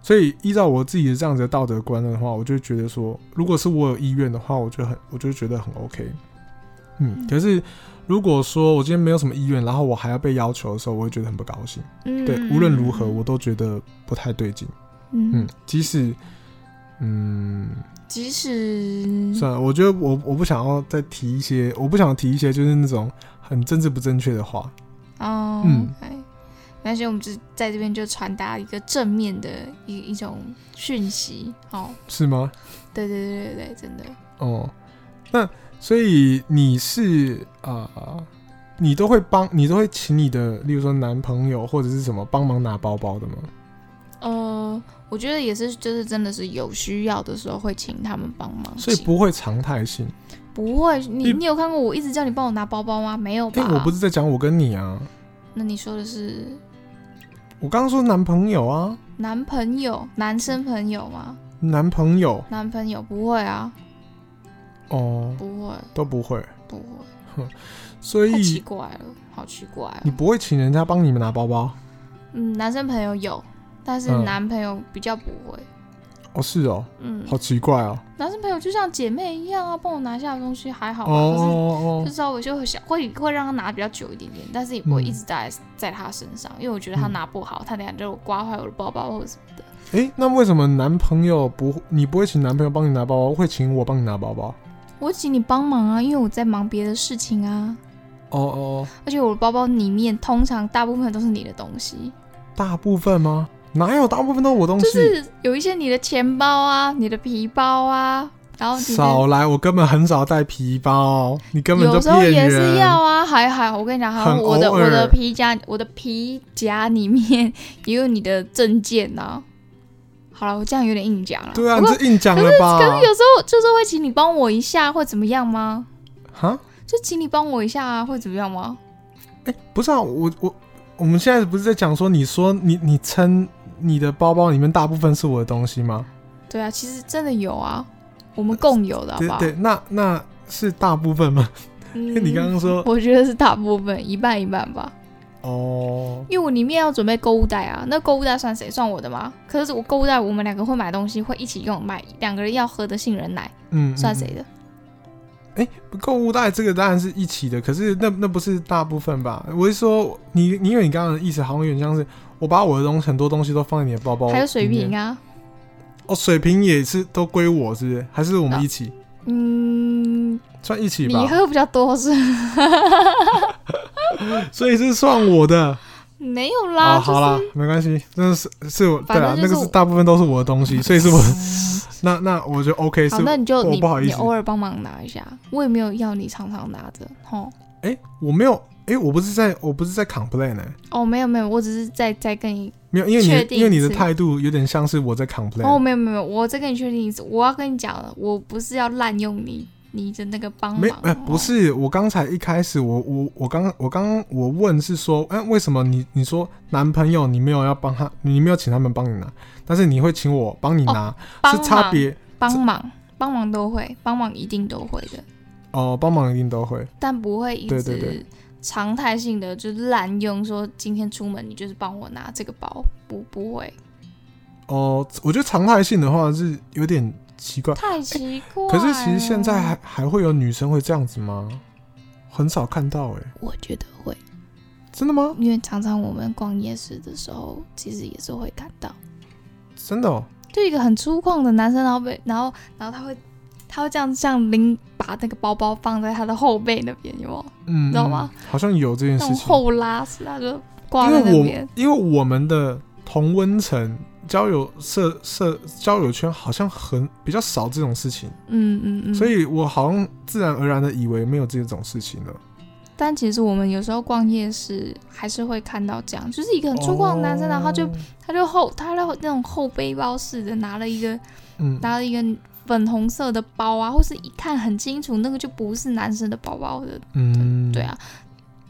[SPEAKER 1] 所以依照我自己的这样子的道德观的话，我就觉得说，如果是我有意愿的话，我就很，我就觉得很 OK。嗯
[SPEAKER 2] 嗯，
[SPEAKER 1] 可是如果说我今天没有什么意愿，然后我还要被要求的时候，我会觉得很不高兴。
[SPEAKER 2] 嗯，
[SPEAKER 1] 对，无论如何，我都觉得不太对劲。
[SPEAKER 2] 嗯
[SPEAKER 1] 嗯，，即使，嗯，
[SPEAKER 2] 即使
[SPEAKER 1] 算了，我觉得我我不想要再提一些，我不想提一些就是那种很政治不正确的话。
[SPEAKER 2] 哦，
[SPEAKER 1] 嗯
[SPEAKER 2] 哎，没关系，我们就在这边就传达一个正面的一一种讯息。哦，
[SPEAKER 1] 是吗？
[SPEAKER 2] 对对对对对，真的，
[SPEAKER 1] 哦，那所以你是啊、呃你都会帮，你都会请你的，例如说男朋友或者是什么帮忙拿包包的吗？
[SPEAKER 2] 呃，我觉得也是，就是真的是有需要的时候会请他们帮忙，
[SPEAKER 1] 所以
[SPEAKER 2] 请
[SPEAKER 1] 不会常态性。
[SPEAKER 2] 不会，你
[SPEAKER 1] 一
[SPEAKER 2] 你有看过我一直叫你帮我拿包包吗？没有
[SPEAKER 1] 因
[SPEAKER 2] 吧？
[SPEAKER 1] 为我不是在讲我跟你啊，
[SPEAKER 2] 那你说的是
[SPEAKER 1] 我刚刚说男朋友啊，
[SPEAKER 2] 男朋友、男生朋友吗？
[SPEAKER 1] 男朋友
[SPEAKER 2] 男朋友不会啊，
[SPEAKER 1] 哦
[SPEAKER 2] 不会，
[SPEAKER 1] 都不会，
[SPEAKER 2] 不会，
[SPEAKER 1] 所
[SPEAKER 2] 太奇
[SPEAKER 1] 以
[SPEAKER 2] 怪了，好奇怪哦。
[SPEAKER 1] 你不会请人家帮你们拿包包
[SPEAKER 2] 嗯，男生朋友有，但是
[SPEAKER 1] 嗯
[SPEAKER 2] 男朋友比较不会。
[SPEAKER 1] 哦？是哦，
[SPEAKER 2] 嗯，
[SPEAKER 1] 好奇怪哦。
[SPEAKER 2] 男生朋友就像姐妹一样啊，帮我拿下的东西还好
[SPEAKER 1] 哦
[SPEAKER 2] 吧，哦、
[SPEAKER 1] 哦哦
[SPEAKER 2] 可是就稍微就会想会会让他拿比较久一点点，但是也不会一直在、在他身上，
[SPEAKER 1] 嗯
[SPEAKER 2] 因为我觉得他拿不好，他等下就刮坏我的包包或者什么的。
[SPEAKER 1] 哦，诶，那为什么男朋友不，你不会请男朋友帮你拿包包，会请我帮你拿包包？
[SPEAKER 2] 我请你帮忙啊，因为我在忙别的事情啊，
[SPEAKER 1] 哦哦哦，
[SPEAKER 2] 而且我的包包里面通常大部分都是你的东西，
[SPEAKER 1] 大部分吗？哪有大部哦分都是我东西？
[SPEAKER 2] 就是有一些你的钱包啊，你的皮包啊，然后你的
[SPEAKER 1] 少来，我根本很少带皮包，你根本就
[SPEAKER 2] 有时候
[SPEAKER 1] 骗
[SPEAKER 2] 也
[SPEAKER 1] 人。
[SPEAKER 2] 是要啊，还好我跟你讲，还
[SPEAKER 1] 很
[SPEAKER 2] 有我的
[SPEAKER 1] 偶
[SPEAKER 2] 我
[SPEAKER 1] 尔
[SPEAKER 2] 的皮夹，我的皮夹里面也有你的证件呐、好了，我这样有点硬讲了。
[SPEAKER 1] 对啊，
[SPEAKER 2] 不
[SPEAKER 1] 你
[SPEAKER 2] 过
[SPEAKER 1] 这硬讲了吧
[SPEAKER 2] 可？是有时候就是会请你帮我一下，会怎么样吗？
[SPEAKER 1] 哈，
[SPEAKER 2] 就请你帮我一下啊，会怎么样吗？
[SPEAKER 1] 不是啊，我我我们现在不是在讲说，你说你你称你的包包里面大部分是我的东西吗？
[SPEAKER 2] 对啊，其实真的有啊，我们共有的好
[SPEAKER 1] 对
[SPEAKER 2] 不好？
[SPEAKER 1] 对，那那是大部分吗？
[SPEAKER 2] 嗯
[SPEAKER 1] 因 为你刚刚说
[SPEAKER 2] 我觉得是大部分一半一半吧，
[SPEAKER 1] 哦，
[SPEAKER 2] 因为我里面要准备购物袋啊，那购物袋算谁算我的吗？可是我购物袋我们两个会买东西，会一起用，买两个人要喝的杏仁奶
[SPEAKER 1] 嗯，嗯
[SPEAKER 2] 算谁？的？
[SPEAKER 1] 购物袋这个当然是一起的，可是那那不是大部分吧？我是说，你你因为你刚刚的意思好像有点像是我把我的东西很多东西都放在你的包包里面，
[SPEAKER 2] 还有水瓶啊，
[SPEAKER 1] 哦，水瓶也是都归我是不是？还是我们一起、
[SPEAKER 2] 嗯，
[SPEAKER 1] 算一起
[SPEAKER 2] 你
[SPEAKER 1] 吧？
[SPEAKER 2] 喝比较多是？
[SPEAKER 1] 所以是算我 的
[SPEAKER 2] 没有啦，
[SPEAKER 1] 啊、好啦
[SPEAKER 2] 就是，
[SPEAKER 1] 没关系，那是是我对
[SPEAKER 2] 反
[SPEAKER 1] 啦
[SPEAKER 2] 正，就
[SPEAKER 1] 那
[SPEAKER 2] 是
[SPEAKER 1] 个
[SPEAKER 2] 我嗯
[SPEAKER 1] 是大部分都是我的东 西，所以是我 那那我就 OK 是
[SPEAKER 2] 好，那你就
[SPEAKER 1] 我
[SPEAKER 2] 你
[SPEAKER 1] 哦不好意
[SPEAKER 2] 你
[SPEAKER 1] 思，
[SPEAKER 2] 偶尔帮忙拿一下，我也没有要你常常拿着，吼。
[SPEAKER 1] 哎、我没有哎、我不是在我不是在 complain 呢、
[SPEAKER 2] 哦，没有没有，我只是在在跟你
[SPEAKER 1] 没有，因为
[SPEAKER 2] 确
[SPEAKER 1] 你
[SPEAKER 2] 定
[SPEAKER 1] 因为你的
[SPEAKER 2] 是
[SPEAKER 1] 态度有点像是我在 complain，、
[SPEAKER 2] 哦，没有没有，我再跟你确定一次，我要跟你讲了，我不是要滥用你你的那个帮
[SPEAKER 1] 没
[SPEAKER 2] 忙，
[SPEAKER 1] 哎、不
[SPEAKER 2] 哦，
[SPEAKER 1] 是，我刚才一开始我我我刚我刚我问是说，哎、为什么你你说男朋友你没有要帮他，你没有请他们帮你拿，但是你会请我帮你拿，
[SPEAKER 2] 哦帮
[SPEAKER 1] 是
[SPEAKER 2] 忙
[SPEAKER 1] 差别
[SPEAKER 2] 帮忙帮忙都会，帮忙一定都会的，
[SPEAKER 1] 哦，帮忙一定都会。
[SPEAKER 2] 但不会一
[SPEAKER 1] 对对对
[SPEAKER 2] 直常态性的就滥用，说今天出门你就是帮我拿这个包，不不会。
[SPEAKER 1] 哦，我觉得常态性的话是有点奇怪，
[SPEAKER 2] 太奇怪、
[SPEAKER 1] 可是其实现在还，还会有女生会这样子吗？很少看到哎、
[SPEAKER 2] 我觉得会，
[SPEAKER 1] 真的吗？
[SPEAKER 2] 因为常常我们逛夜市的时候，其实也是会看到，
[SPEAKER 1] 真的、哦？
[SPEAKER 2] 就一个很粗犷的男生，然后被，然后，然后他会，他会这样像拎，把那个包包放在他的后背那边，有没有？
[SPEAKER 1] 嗯，
[SPEAKER 2] 知道吗
[SPEAKER 1] 嗯？好像有这件
[SPEAKER 2] 那
[SPEAKER 1] 事
[SPEAKER 2] 种
[SPEAKER 1] 情，
[SPEAKER 2] 后拉式，他就挂
[SPEAKER 1] 因
[SPEAKER 2] 在那
[SPEAKER 1] 为
[SPEAKER 2] 边
[SPEAKER 1] 我。因为我们的同温层交友社社交友圈好像很比较少这种事情，
[SPEAKER 2] 嗯嗯嗯。
[SPEAKER 1] 所以我好像自然而然的以为没有这种事情了。
[SPEAKER 2] 但其实我们有时候逛夜市还是会看到这样，就是一个很粗犷的嗯男生，然后他就
[SPEAKER 1] 哦
[SPEAKER 2] 他就后他就那种后背包似的拿了一个
[SPEAKER 1] 嗯，
[SPEAKER 2] 拿了一个粉红色的包啊，或是一看很清楚那个就不是男生的包包的，
[SPEAKER 1] 嗯，
[SPEAKER 2] 对，啊。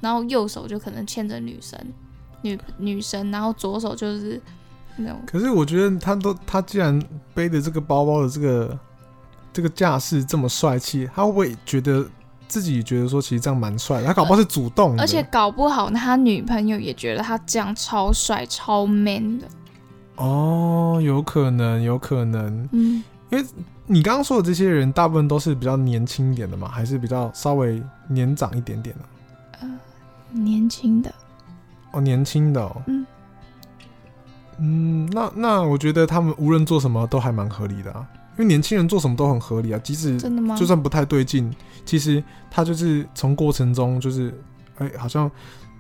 [SPEAKER 2] 然后右手就可能牵着女生，女女生，然后左手就是那种
[SPEAKER 1] 可是我觉得他都他既然背着这个包包的这个这个架势这么帅气，他会不会觉得自己觉得说其实这样蛮帅的？他搞不好是主动的，
[SPEAKER 2] 而且搞不好他女朋友也觉得他这样超帅、超 man 的。
[SPEAKER 1] 哦，有可能，有可能。
[SPEAKER 2] 嗯，
[SPEAKER 1] 你刚刚说的这些人，大部分都是比较年轻一点的嘛，还是比较稍微年长一点点的？
[SPEAKER 2] 年轻的，
[SPEAKER 1] 哦，年轻的、哦，
[SPEAKER 2] 嗯
[SPEAKER 1] 嗯那那我觉得他们无论做什么都还蛮合理的啊，因为年轻人做什么都很合理啊，即使
[SPEAKER 2] 真的吗？
[SPEAKER 1] 就算不太对劲，其实他就是从过程中就是，哎、好像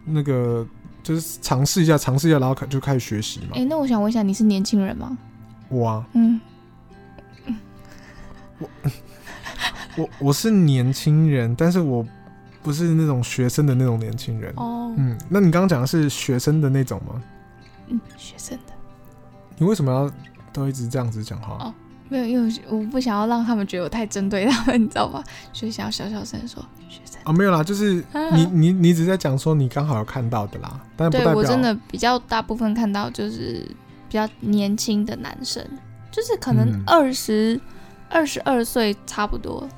[SPEAKER 1] 那个就是尝试一下，尝试一下，然后开就开始学习嘛
[SPEAKER 2] 哎、。那我想问一下，你是年轻人吗？
[SPEAKER 1] 我啊，
[SPEAKER 2] 嗯，
[SPEAKER 1] 我我是年轻人，但是我不是那种学生的那种年轻人。
[SPEAKER 2] 哦，
[SPEAKER 1] 嗯，那你刚刚讲的是学生的那种吗？
[SPEAKER 2] 嗯，学生的，
[SPEAKER 1] 你为什么要都一直这样子讲话？
[SPEAKER 2] 哦没有，因为我我不想要让他们觉得我太针对他们，你知道吗？所以想要小小声说学生。
[SPEAKER 1] 啊，没有啦，就是
[SPEAKER 2] 啊
[SPEAKER 1] 你你你只是在讲说你刚好有看到的啦，但不
[SPEAKER 2] 对
[SPEAKER 1] 代
[SPEAKER 2] 我
[SPEAKER 1] 表
[SPEAKER 2] 真的比较大部分看到就是比较年轻的男生，就是可能
[SPEAKER 1] 嗯
[SPEAKER 2] 二十二十二岁差不多，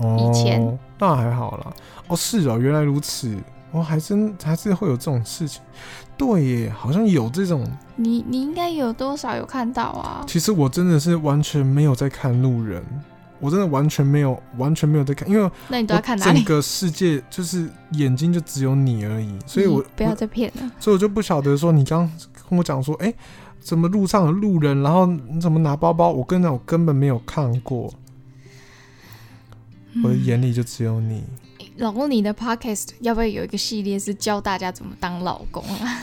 [SPEAKER 2] 以前
[SPEAKER 1] 哦、那还好啦。哦，是哦，原来如此，哦，还真还是会有这种事情。对耶，好像有这种。
[SPEAKER 2] 你你应该有多少有看到啊？
[SPEAKER 1] 其实我真的是完全没有在看路人，我真的完全没有完全没有在看，因为
[SPEAKER 2] 那你都
[SPEAKER 1] 我
[SPEAKER 2] 要看哪
[SPEAKER 1] 整
[SPEAKER 2] 里？
[SPEAKER 1] 个世界就是眼睛就只有你而已，所以我
[SPEAKER 2] 你嗯不要再骗了。
[SPEAKER 1] 所以我就不晓得说，你刚刚跟我讲说，哎、怎么路上有路人，然后你怎么拿包包？我跟你讲，我根本没有看过，我的眼里就只有你。
[SPEAKER 2] 嗯，老公，你的 podcast 要不要有一个系列是教大家怎么当老公啊？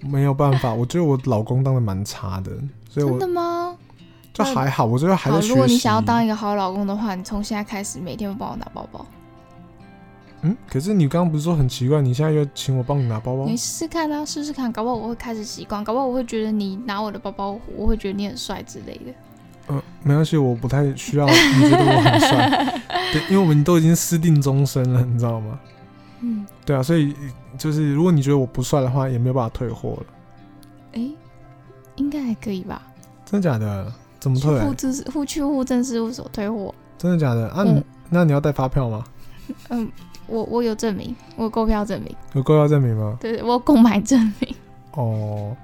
[SPEAKER 1] 没有办法，我觉得我老公当的蛮差的，所以
[SPEAKER 2] 真
[SPEAKER 1] 我
[SPEAKER 2] 的吗？
[SPEAKER 1] 就还好，我觉得还
[SPEAKER 2] 好，
[SPEAKER 1] 在学习。
[SPEAKER 2] 如果你想要当一个好老公的话，你从现在开始每天帮我拿包包，
[SPEAKER 1] 嗯，可是你刚刚不是说很奇怪，你现在又请我帮你拿包包
[SPEAKER 2] 你？试试看啊，试试看，搞不好我会开始习惯，搞不好我会觉得你拿我的包包，我会觉得你很帅之类的。
[SPEAKER 1] 呃，没关系，我不太需要你觉得我很帅， 对，因为我们都已经私定终身了，你知道吗？
[SPEAKER 2] 嗯，
[SPEAKER 1] 对啊，所以就是如果你觉得我不帅的话，也没有办法退货了，
[SPEAKER 2] 诶，应该还可以吧？
[SPEAKER 1] 真的假的？怎么
[SPEAKER 2] 去
[SPEAKER 1] 退啊、
[SPEAKER 2] 户政事户去户政事务所退货，
[SPEAKER 1] 真的假的？啊，你
[SPEAKER 2] 嗯
[SPEAKER 1] 那你要带发票吗？
[SPEAKER 2] 嗯，我我有证明，我有购票证明，
[SPEAKER 1] 有购票证明吗？
[SPEAKER 2] 对我有购买证 明。
[SPEAKER 1] 哦，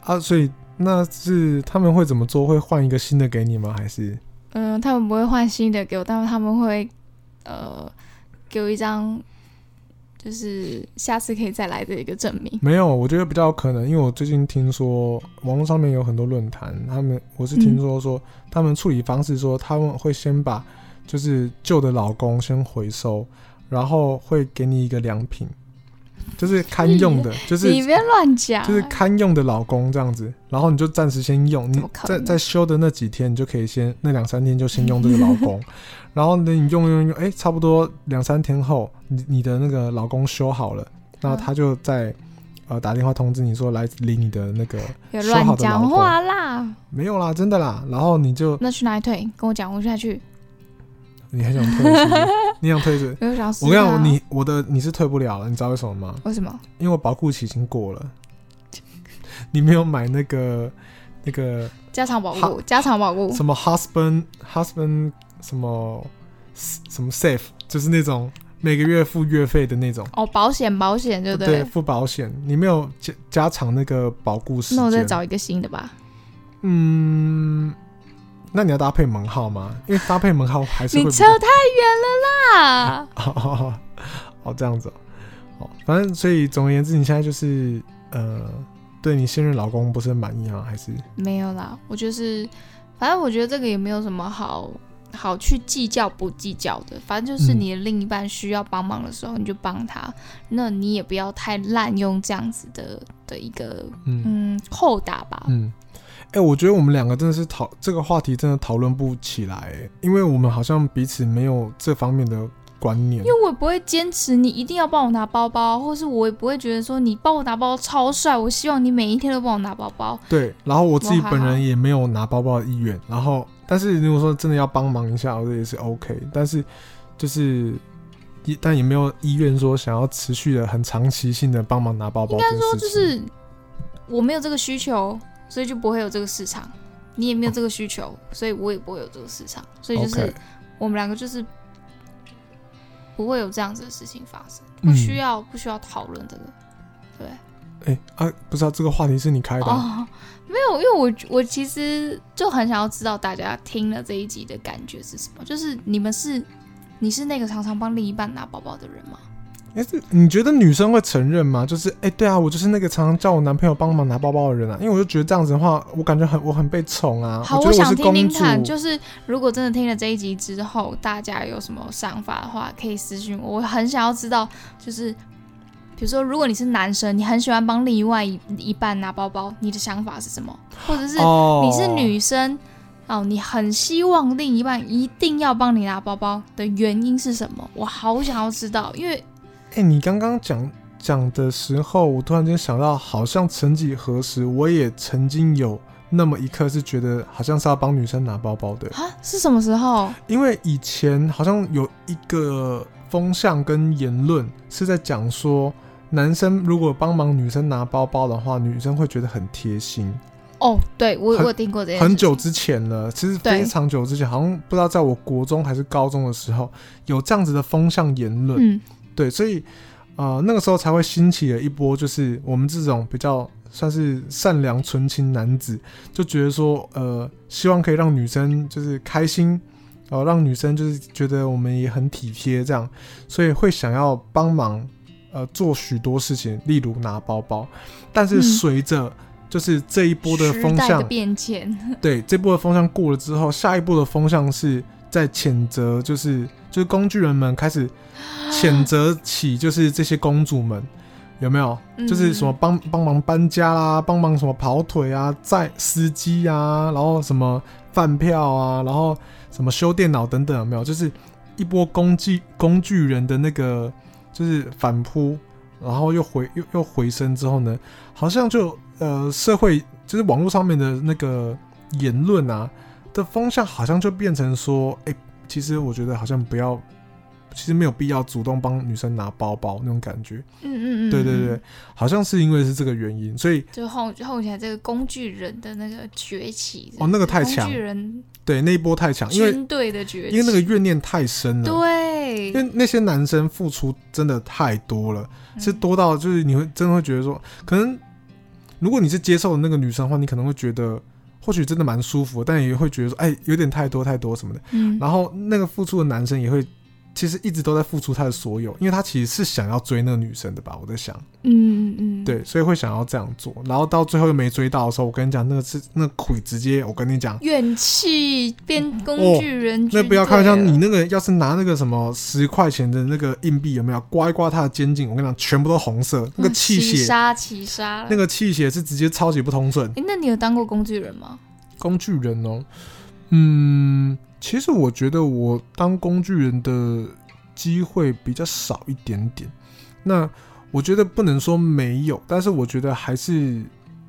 [SPEAKER 1] 啊，所以那是他们会怎么做？会换一个新的给你吗？还是
[SPEAKER 2] 嗯，他们不会换新的给我，但是他们会呃给我一张，就是下次可以再来的一个证明。
[SPEAKER 1] 没有？我觉得比较有可能，因为我最近听说网络上面有很多论坛，他们我是听说说、
[SPEAKER 2] 嗯
[SPEAKER 1] 他们处理方式说他们会先把就是旧的老公先回收，然后会给你一个良品，就是堪用的，就是
[SPEAKER 2] 你别乱讲，
[SPEAKER 1] 就是堪用的老公这样子，然后你就暂时先用，你
[SPEAKER 2] 怎么可
[SPEAKER 1] 在
[SPEAKER 2] 能
[SPEAKER 1] 在休的那几天，你就可以先那两三天就先用这个老 公，然后呢你用用用，哎、差不多两三天后，你你的那个老公修好了，那他就在呃打电话通知你说来领你的那个
[SPEAKER 2] 别
[SPEAKER 1] 说好
[SPEAKER 2] 乱
[SPEAKER 1] 的老
[SPEAKER 2] 讲
[SPEAKER 1] 公
[SPEAKER 2] 话啦。
[SPEAKER 1] 没有啦，真的啦，然后你就
[SPEAKER 2] 那去哪里退？跟我讲，我下去。
[SPEAKER 1] 你还想退是 不是你想退是不是？
[SPEAKER 2] 我有想要试
[SPEAKER 1] 呃我跟你
[SPEAKER 2] 试看啊
[SPEAKER 1] 讲，你我的你是退不了了，你知道为什么吗？
[SPEAKER 2] 为什么？
[SPEAKER 1] 因为我保固期已经过了，你没有买那个那个。
[SPEAKER 2] 家常保
[SPEAKER 1] 好
[SPEAKER 2] 护，家常保护。
[SPEAKER 1] 什么 husband husband 什么什么 safe，就是那种每个月付月费的那种，
[SPEAKER 2] 哦，保险保险，对不
[SPEAKER 1] 对，
[SPEAKER 2] 对？
[SPEAKER 1] 付保险，你没有加加长那个保固时间。
[SPEAKER 2] 那我再找一个新的吧。
[SPEAKER 1] 嗯，那你要搭配门号吗？因为搭配门号还是会
[SPEAKER 2] 你
[SPEAKER 1] 比
[SPEAKER 2] 扯
[SPEAKER 1] 较
[SPEAKER 2] 太远了啦！
[SPEAKER 1] 哦哦哦哦这样子哦哦，反正所以总而言之，你现在就是呃，对你现任老公不是很满意啊，还是
[SPEAKER 2] 没有啦，我就是，反正我觉得这个也没有什么好好去计较不计较的，反正就是
[SPEAKER 1] 嗯
[SPEAKER 2] 你的另一半需要帮忙的时候你就帮他，那你也不要太滥用这样子的的一个
[SPEAKER 1] 嗯
[SPEAKER 2] 嗯扣打吧。
[SPEAKER 1] 嗯，哎、我觉得我们两个真的是讨这个话题真的讨论不起来、因为我们好像彼此没有这方面的观念
[SPEAKER 2] 因。为我也不会坚持你一定要帮我拿包包，或是我也不会觉得说你帮我拿包包超帅，我希望你每一天都帮我拿包包。
[SPEAKER 1] 对，然后我自己
[SPEAKER 2] 我还
[SPEAKER 1] 本
[SPEAKER 2] 好
[SPEAKER 1] 人也没有拿包包的意愿，然后但是如果说真的要帮忙一下，我觉得也是 OK，但是就是也但也没有意愿说想要持续的很长期性的帮忙拿包包这件事情。
[SPEAKER 2] 就是我没有这个需求，所以就不会有这个市场。你也没有这个需求，所以我也不会有这个市场。所以就是
[SPEAKER 1] OK，
[SPEAKER 2] 我们两个就是不会有这样子的事情发生，
[SPEAKER 1] 嗯
[SPEAKER 2] 不需要、不需要讨论这个。
[SPEAKER 1] 哎、啊，不知道这个话题是你开的啊、
[SPEAKER 2] 哦，没有，因为我我其实就很想要知道大家听了这一集的感觉是什么，就是你们是你是那个常常帮另一半拿包包的人吗？
[SPEAKER 1] 但是你觉得女生会承认吗？就是哎、对啊，我就是那个常常叫我男朋友帮忙拿包包的人啊，因为我就觉得这样子的话，我感觉很我很被宠啊。
[SPEAKER 2] 好，
[SPEAKER 1] 我觉得
[SPEAKER 2] 想
[SPEAKER 1] 是
[SPEAKER 2] 听
[SPEAKER 1] 公
[SPEAKER 2] 听
[SPEAKER 1] 主。
[SPEAKER 2] 看，就是如果真的听了这一集之后，大家有什么想法的话，可以私信我，我很想要知道，就是比如说，如果你是男生，你很喜欢帮另外一一半拿包包，你的想法是什么？或者是
[SPEAKER 1] 哦，
[SPEAKER 2] 你是女生哦，你很希望另一半一定要帮你拿包包的原因是什么？我好想要知道，因为
[SPEAKER 1] 哎、你刚刚讲讲的时候，我突然间想到，好像曾几何时，我也曾经有那么一刻是觉得好像是要帮女生拿包包的，
[SPEAKER 2] 啊是什么时候？
[SPEAKER 1] 因为以前好像有一个风向跟言论是在讲说，男生如果帮忙女生拿包包的话，女生会觉得很贴心。
[SPEAKER 2] 哦，对我
[SPEAKER 1] 很
[SPEAKER 2] 我有听过这件事情
[SPEAKER 1] 很久之前了，其实
[SPEAKER 2] 对
[SPEAKER 1] 非常久之前，好像不知道在我国中还是高中的时候，有这样子的风向言论。
[SPEAKER 2] 嗯
[SPEAKER 1] 对，所以呃那个时候才会兴起了一波，就是我们这种比较算是善良纯情男子，就觉得说呃希望可以让女生就是开心，呃让女生就是觉得我们也很体贴这样，所以会想要帮忙呃做许多事情，例如拿包包，但是
[SPEAKER 2] 嗯
[SPEAKER 1] 随着就是这一波的
[SPEAKER 2] 时
[SPEAKER 1] 风
[SPEAKER 2] 代
[SPEAKER 1] 向
[SPEAKER 2] 的，变迁，
[SPEAKER 1] 对，这波的风向过了之后，下一波的风向是在谴责，就是就是工具人们开始谴责起，就是这些公主们有没有？就是什么帮帮忙搬家啦，帮忙什么跑腿啊，载司机啊，然后什么饭票啊，然后什么修电脑等等，有没有？就是一波工具工具人的那个就是反扑，然后又回又又回升之后呢，好像就呃社会就是网络上面的那个言论啊的风向，好像就变成说，哎、其实我觉得好像不要，其实没有必要主动帮女生拿包包那种感觉。
[SPEAKER 2] 嗯嗯嗯，
[SPEAKER 1] 对对
[SPEAKER 2] 嗯
[SPEAKER 1] 对，，好像是因为是这个原因，所以
[SPEAKER 2] 就后后起来这个工具人的那个崛起
[SPEAKER 1] 哦那个太强
[SPEAKER 2] 工具人
[SPEAKER 1] 对那一波太强，因为
[SPEAKER 2] 军队的崛起，
[SPEAKER 1] 因为那个怨念太深了，因
[SPEAKER 2] 对，
[SPEAKER 1] 为那些男生付出真的太多了，是
[SPEAKER 2] 嗯
[SPEAKER 1] 多到就是你会真的会觉得说，可能如果你是接受的那个女生的话，你可能会觉得或许真的蛮舒服，但也会觉得说，哎，有点太多太多什么的。
[SPEAKER 2] 嗯
[SPEAKER 1] 然后那个付出的男生也会。其实一直都在付出他的所有，因为他其实是想要追那个女生的吧，我在想。
[SPEAKER 2] 嗯嗯嗯，
[SPEAKER 1] 对，所以会想要这样做，然后到最后又没追到的时候，我跟你讲，那个是那个鬼直接，我跟你讲，
[SPEAKER 2] 怨气变工具人、
[SPEAKER 1] 嗯哦那不要开玩笑，你那个要是拿那个什么十块钱的那个硬币有没有刮一刮它的肩颈，我跟你讲，全部都红色，那个气
[SPEAKER 2] 齐
[SPEAKER 1] 血，
[SPEAKER 2] 嗯杀齐杀了
[SPEAKER 1] 那。个气血是直接超级不通顺。
[SPEAKER 2] 诶那你有当过工具人吗？
[SPEAKER 1] 工具人哦，嗯，其实我觉得我当工具人的机会比较少一点点。那我觉得不能说没有，但是我觉得还是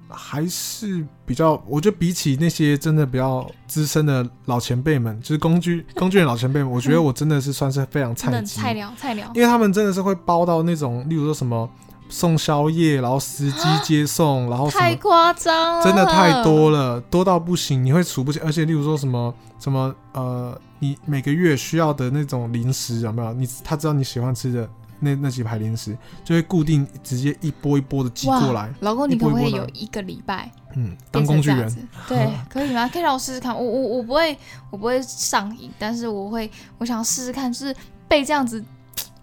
[SPEAKER 1] 还是比较，我觉得比起那些真的比较资深的老前辈们，就是工 具工具人老前辈们，我觉得我真的是算是非常
[SPEAKER 2] 真
[SPEAKER 1] 菜
[SPEAKER 2] 的
[SPEAKER 1] 鸡，
[SPEAKER 2] 嗯菜鸟，菜鸟。
[SPEAKER 1] 因为他们真的是会包到那种，例如说什么送宵夜，然后司机接送，然后什么
[SPEAKER 2] 太夸张了，
[SPEAKER 1] 真的太多了，
[SPEAKER 2] 啊
[SPEAKER 1] 多到不行，你会数不清。而且，例如说什么什么呃，你每个月需要的那种零食有没有？你他知道你喜欢吃的那那几排零食，就会固定直接一波一波的寄过来。
[SPEAKER 2] 老公，你可不可以
[SPEAKER 1] 一波一
[SPEAKER 2] 有
[SPEAKER 1] 波的
[SPEAKER 2] 一个礼拜
[SPEAKER 1] 嗯，当
[SPEAKER 2] 变
[SPEAKER 1] 工
[SPEAKER 2] 成
[SPEAKER 1] 具
[SPEAKER 2] 这样
[SPEAKER 1] 人
[SPEAKER 2] 子？对，可以吗？可以让我试试看。我我我不会，我不会上瘾，但是我会，我想要试试看，就是被这样子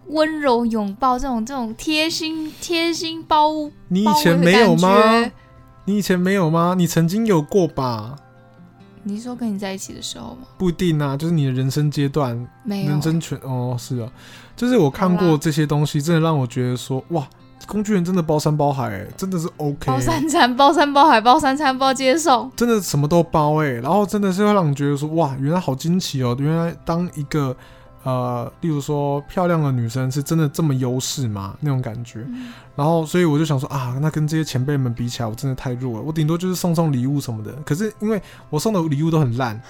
[SPEAKER 2] 温柔拥抱，这种这种贴心贴心包
[SPEAKER 1] 你以
[SPEAKER 2] 包
[SPEAKER 1] 前
[SPEAKER 2] 围的
[SPEAKER 1] 没有
[SPEAKER 2] 感
[SPEAKER 1] 吗
[SPEAKER 2] 觉？。
[SPEAKER 1] 你以前没有吗？你曾经有过吧？
[SPEAKER 2] 你是说跟你在一起的时候吗？
[SPEAKER 1] 不一定啊，就是你的人生阶段，
[SPEAKER 2] 没有
[SPEAKER 1] 人，生全哦是啊，就是我看
[SPEAKER 2] 好
[SPEAKER 1] 过
[SPEAKER 2] 啦
[SPEAKER 1] 这些东西，真的让我觉得说哇，工具人真的包山包海、欸，真的是 OK，
[SPEAKER 2] 包三餐，包山包海，包三餐包接送。
[SPEAKER 1] 真欸的什么都包哎、然后真的是会让你觉得说哇，原来好惊奇哦！原来当一个呃，例如说漂亮的女生是真的这么优势吗？那种感觉。
[SPEAKER 2] 嗯
[SPEAKER 1] 然后，所以我就想说啊，那跟这些前辈们比起来，我真的太弱了。我顶多就是送送礼物什么的。可是因为我送的礼物都很烂，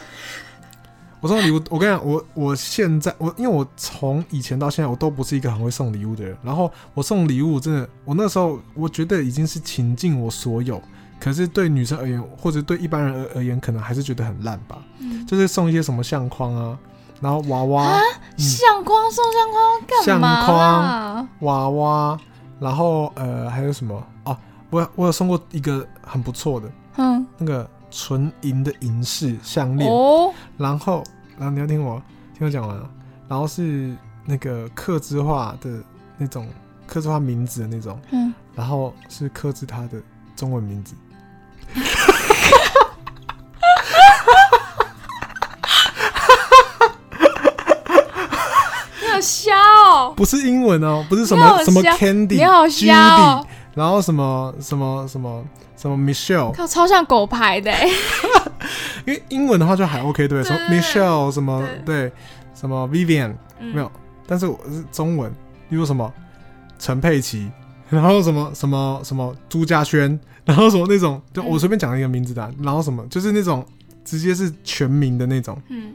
[SPEAKER 1] 我送的礼物，我跟你讲，我我现在我因为我从以前到现在，我都不是一个很会送礼物的人。然后我送礼物真的，我那时候我觉得已经是倾尽我所有，可是对女生而言，或者对一般人而而言，可能还是觉得很烂吧。
[SPEAKER 2] 嗯
[SPEAKER 1] 就是送一些什么相框啊，然后娃娃、
[SPEAKER 2] 啊
[SPEAKER 1] 嗯
[SPEAKER 2] 相框送相框干嘛啊啦？
[SPEAKER 1] 娃娃，然后呃还有什么哦、我我有送过一个很不错的
[SPEAKER 2] 嗯，
[SPEAKER 1] 那个纯银的银饰项链，
[SPEAKER 2] 哦，
[SPEAKER 1] 然后然后你要听我听我讲完啊，然后是那个刻字化的那种刻字化名字的那种，
[SPEAKER 2] 嗯，
[SPEAKER 1] 然后是刻字他的中文名字。
[SPEAKER 2] 你好笑哦，
[SPEAKER 1] 不是英文哦，不是什
[SPEAKER 2] 你好
[SPEAKER 1] 么
[SPEAKER 2] 笑
[SPEAKER 1] 什么 Candy、
[SPEAKER 2] 你好
[SPEAKER 1] Judy，
[SPEAKER 2] 笑哦，
[SPEAKER 1] 然后什么什么什么什么 Michelle，
[SPEAKER 2] 靠，超像狗牌的欸，
[SPEAKER 1] 因为英文的话就还 OK 对，什么
[SPEAKER 2] 对
[SPEAKER 1] Michelle 什么对，什么 Vivian
[SPEAKER 2] 嗯
[SPEAKER 1] 没有，但是我是中文，例如什么陈佩琪， 然后什么什么什么朱家轩， 然后什么那种，就
[SPEAKER 2] 嗯
[SPEAKER 1] 我随便讲一个名字的啊，然后什么就是那种直接是全名的那种，
[SPEAKER 2] 嗯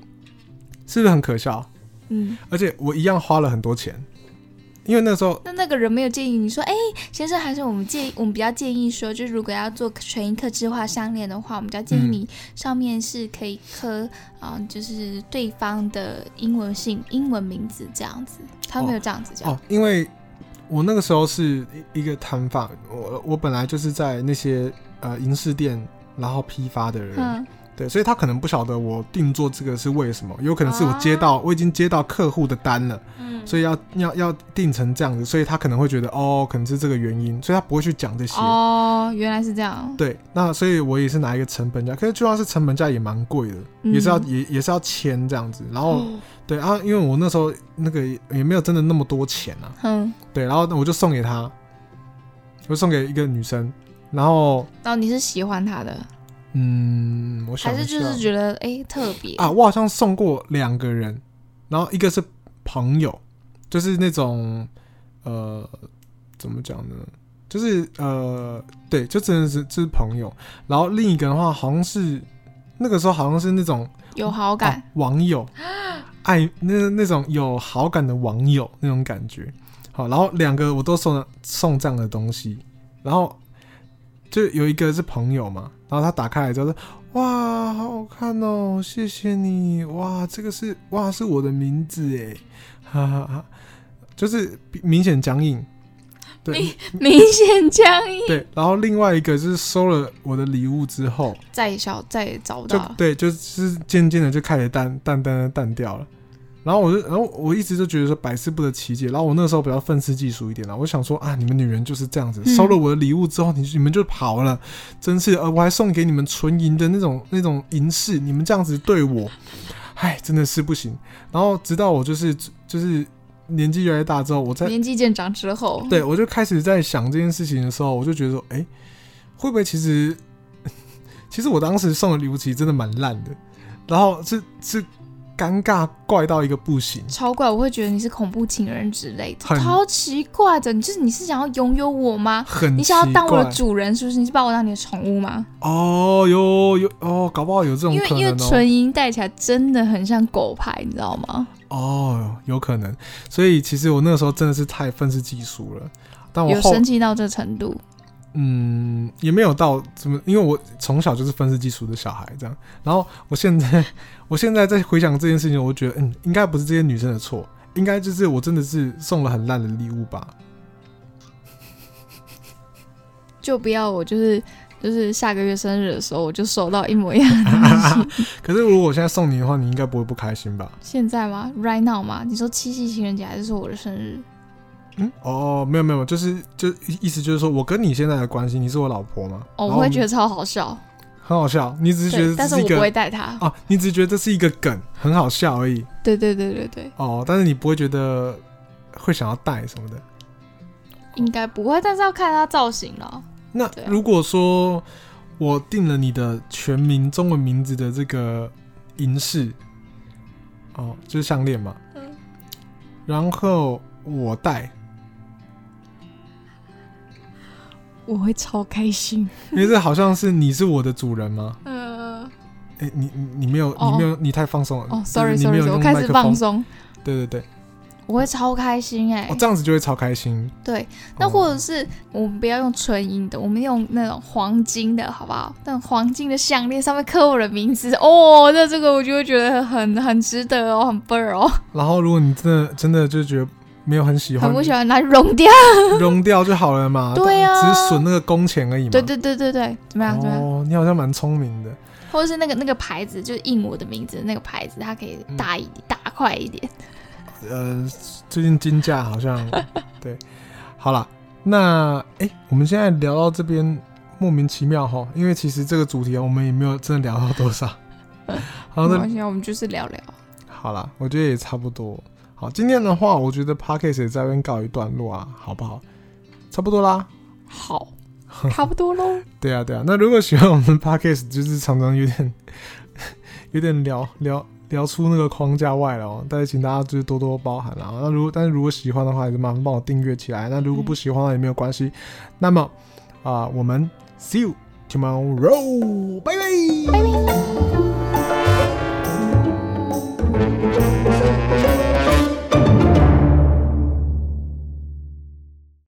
[SPEAKER 1] 是不是很可笑？啊
[SPEAKER 2] 嗯，
[SPEAKER 1] 而且我一样花了很多钱，因为那时候
[SPEAKER 2] 那那个人没有建议你说，哎、先生，还是我们建议，我们比较建议说，就是如果要做纯一刻制化项链的话，我们比较建议
[SPEAKER 1] 嗯
[SPEAKER 2] 你上面是可以刻啊、就是对方的英文姓、英文名字这样子。他没有这样子讲，
[SPEAKER 1] 哦，因为我那个时候是一一个摊贩，我我本来就是在那些呃银饰店然后批发的人。
[SPEAKER 2] 嗯，
[SPEAKER 1] 对，所以他可能不晓得我定做这个是为什么，有可能是我
[SPEAKER 2] 啊
[SPEAKER 1] 接到、我已经接到客户的单了，哦
[SPEAKER 2] 嗯
[SPEAKER 1] 所以要要要定成这样子，所以他可能会觉得哦，可能是这个原因，所以他不会去讲这些。
[SPEAKER 2] 哦，原来是这样，
[SPEAKER 1] 对，那所以我也是拿一个成本价，可是就算是成本价也蛮贵的，也是要
[SPEAKER 2] 嗯
[SPEAKER 1] 也也是要签这样子。然后、对啊，因为我那时候那个也也没有真的那么多钱啊，
[SPEAKER 2] 嗯，
[SPEAKER 1] 对，然后我就送给他，我就送给一个女生，然后
[SPEAKER 2] 然哦后你是喜欢他的，
[SPEAKER 1] 嗯，我想
[SPEAKER 2] 还是
[SPEAKER 1] 一
[SPEAKER 2] 就
[SPEAKER 1] 下
[SPEAKER 2] 是觉得哎、特别
[SPEAKER 1] 啊，我好像送过两个人，然后一个是朋友，就是那种呃，怎么讲呢？就是呃，对，就真的是就是朋友。然后另一个的话，好像是那个时候好像是那种
[SPEAKER 2] 有好感
[SPEAKER 1] 啊、网友爱那那种有好感的网友那种感觉。好，然后两个我都送了送这样的东西，然后就有一个是朋友嘛，然后他打开来之后说：“哇，好好看哦，谢谢你，哇，这个是哇是我的名字哎， 哈哈哈，就是明显僵硬，对
[SPEAKER 2] 明显僵硬，
[SPEAKER 1] 对，然后另外一个就是收了我的礼物之后，
[SPEAKER 2] 再也找再也找不到
[SPEAKER 1] 就
[SPEAKER 2] 了，
[SPEAKER 1] 对，就是渐渐的就开始淡淡淡的淡掉了。然后我就，然后我一直就觉得说百思不得其解。然后我那时候比较愤世嫉俗一点啦，我想说啊，你们女人就是这样子，
[SPEAKER 2] 嗯
[SPEAKER 1] 收了我的礼物之后，你你们就跑了，真是的。呃，我还送给你们纯银的那种那种银饰，你们这样子对我，唉，真的是不行。然后直到我就是就是年纪越来越大之后，我在
[SPEAKER 2] 年纪渐长之后，
[SPEAKER 1] 对，我就开始在想这件事情的时候，我就觉得说，哎、会不会其实， 其实我当时送的礼物其实真的蛮烂的，然后是是尴尬怪到一个不行。
[SPEAKER 2] 超怪，我会觉得你是恐怖情人之类的，
[SPEAKER 1] 很
[SPEAKER 2] 超奇怪的。你就是你是想要拥有我吗？
[SPEAKER 1] 很
[SPEAKER 2] 你想要当我的
[SPEAKER 1] 奇
[SPEAKER 2] 主人是不是？你是把我当你的宠物吗？
[SPEAKER 1] 怪哦，有有哦，搞不好有这种
[SPEAKER 2] 因为
[SPEAKER 1] 可
[SPEAKER 2] 因为
[SPEAKER 1] 能哦，
[SPEAKER 2] 纯银戴起来真的很像狗牌，你知道吗？
[SPEAKER 1] 哦，有可能，所以其实我那个时候真的是太愤世嫉俗了，但我
[SPEAKER 2] 有
[SPEAKER 1] 后
[SPEAKER 2] 生气到这程度，
[SPEAKER 1] 嗯，也没有到怎么，因为我从小就是分世技术的小孩这样。然后我现在，我现在在回想这件事情，我觉得，嗯，应该不是这些女生的错，应该就是我真的是送了很烂的礼物吧。
[SPEAKER 2] 就不要我就是就是下个月生日的时候我就收到一模一样的 东西。
[SPEAKER 1] 可是如果我现在送你的话，你应该不会不开心吧？
[SPEAKER 2] 现在吗？Right now 吗？你说七夕情人节还是说我的生日？
[SPEAKER 1] 嗯，哦，没有没有，就是就意思就是说我跟你现在的关系，你是我老婆吗？
[SPEAKER 2] 哦，
[SPEAKER 1] 然
[SPEAKER 2] 我
[SPEAKER 1] 后
[SPEAKER 2] 会觉得超好笑，
[SPEAKER 1] 很好笑，你只是觉
[SPEAKER 2] 对，
[SPEAKER 1] 得
[SPEAKER 2] 但
[SPEAKER 1] 这
[SPEAKER 2] 是
[SPEAKER 1] 是一
[SPEAKER 2] 我不
[SPEAKER 1] 个
[SPEAKER 2] 会带它。
[SPEAKER 1] 哦，你只是觉得这是一个梗，很好笑而已
[SPEAKER 2] 对对对对对，
[SPEAKER 1] 哦，但是你不会觉得会想要带什么的。
[SPEAKER 2] 应该不会，但是要看它造型了。
[SPEAKER 1] 那
[SPEAKER 2] 对啊
[SPEAKER 1] 如果说我定了你的全名中文名字的这个银饰，哦，就是项链嘛，
[SPEAKER 2] 嗯
[SPEAKER 1] 然后我 带，
[SPEAKER 2] 我会超开心。
[SPEAKER 1] 因为这好像是你是我的主人吗？
[SPEAKER 2] 呃，
[SPEAKER 1] 哎、你你你没有，
[SPEAKER 2] 哦
[SPEAKER 1] 你没有，你太放松了。
[SPEAKER 2] 哦
[SPEAKER 1] 就是
[SPEAKER 2] ，sorry
[SPEAKER 1] 你没
[SPEAKER 2] sorry，
[SPEAKER 1] 有
[SPEAKER 2] sorry，
[SPEAKER 1] 用
[SPEAKER 2] 我
[SPEAKER 1] 麦
[SPEAKER 2] 开
[SPEAKER 1] 克
[SPEAKER 2] 始放
[SPEAKER 1] 风。
[SPEAKER 2] 松，
[SPEAKER 1] 对对对，哦
[SPEAKER 2] 我会超开心哎、
[SPEAKER 1] 哦，这样子就会超开心。
[SPEAKER 2] 对，那或者
[SPEAKER 1] 哦
[SPEAKER 2] 是我们不要用纯银的，我们用那种黄金的，好不好？那种黄金的项链上面刻我的名字，哦，那这个我就会觉得很很值得哦，很倍儿哦，
[SPEAKER 1] 然后如果你真的真的就觉得没有很喜欢，
[SPEAKER 2] 很不喜欢拿去融掉。
[SPEAKER 1] 融掉就好了嘛。
[SPEAKER 2] 对啊
[SPEAKER 1] 但只是损那个工钱而已嘛。
[SPEAKER 2] 对对对对对，啊怎么样怎么样？
[SPEAKER 1] 哦，你好像蛮聪明的。
[SPEAKER 2] 或者是那个那个牌子，就是印我的名字的那个牌子，它可以
[SPEAKER 1] 嗯
[SPEAKER 2] 大一点、大块一点。
[SPEAKER 1] 呃，最近金价好像对，好啦，那哎、诶我们现在聊到这边莫名其妙哈，因为其实这个主题啊我们也没有真的聊到多少。好
[SPEAKER 2] 没
[SPEAKER 1] 的，
[SPEAKER 2] 关系啊，我们就是聊聊。
[SPEAKER 1] 好啦，我觉得也差不多。好，今天的话，我觉得 podcast 也在这边告一段落啊，好不好？差不多啦。
[SPEAKER 2] 好，差不多喽。
[SPEAKER 1] 对啊，对啊。那如果喜欢我们 podcast，就是常常有点 有点聊聊聊出那个框架外了哦，但是请大家就是多多包涵啦。那如果但是如果喜欢的话，也是麻烦帮我订阅起来。那如果不喜欢的话也没有关系。那么啊、我们 see you tomorrow，拜拜。
[SPEAKER 2] 拜拜。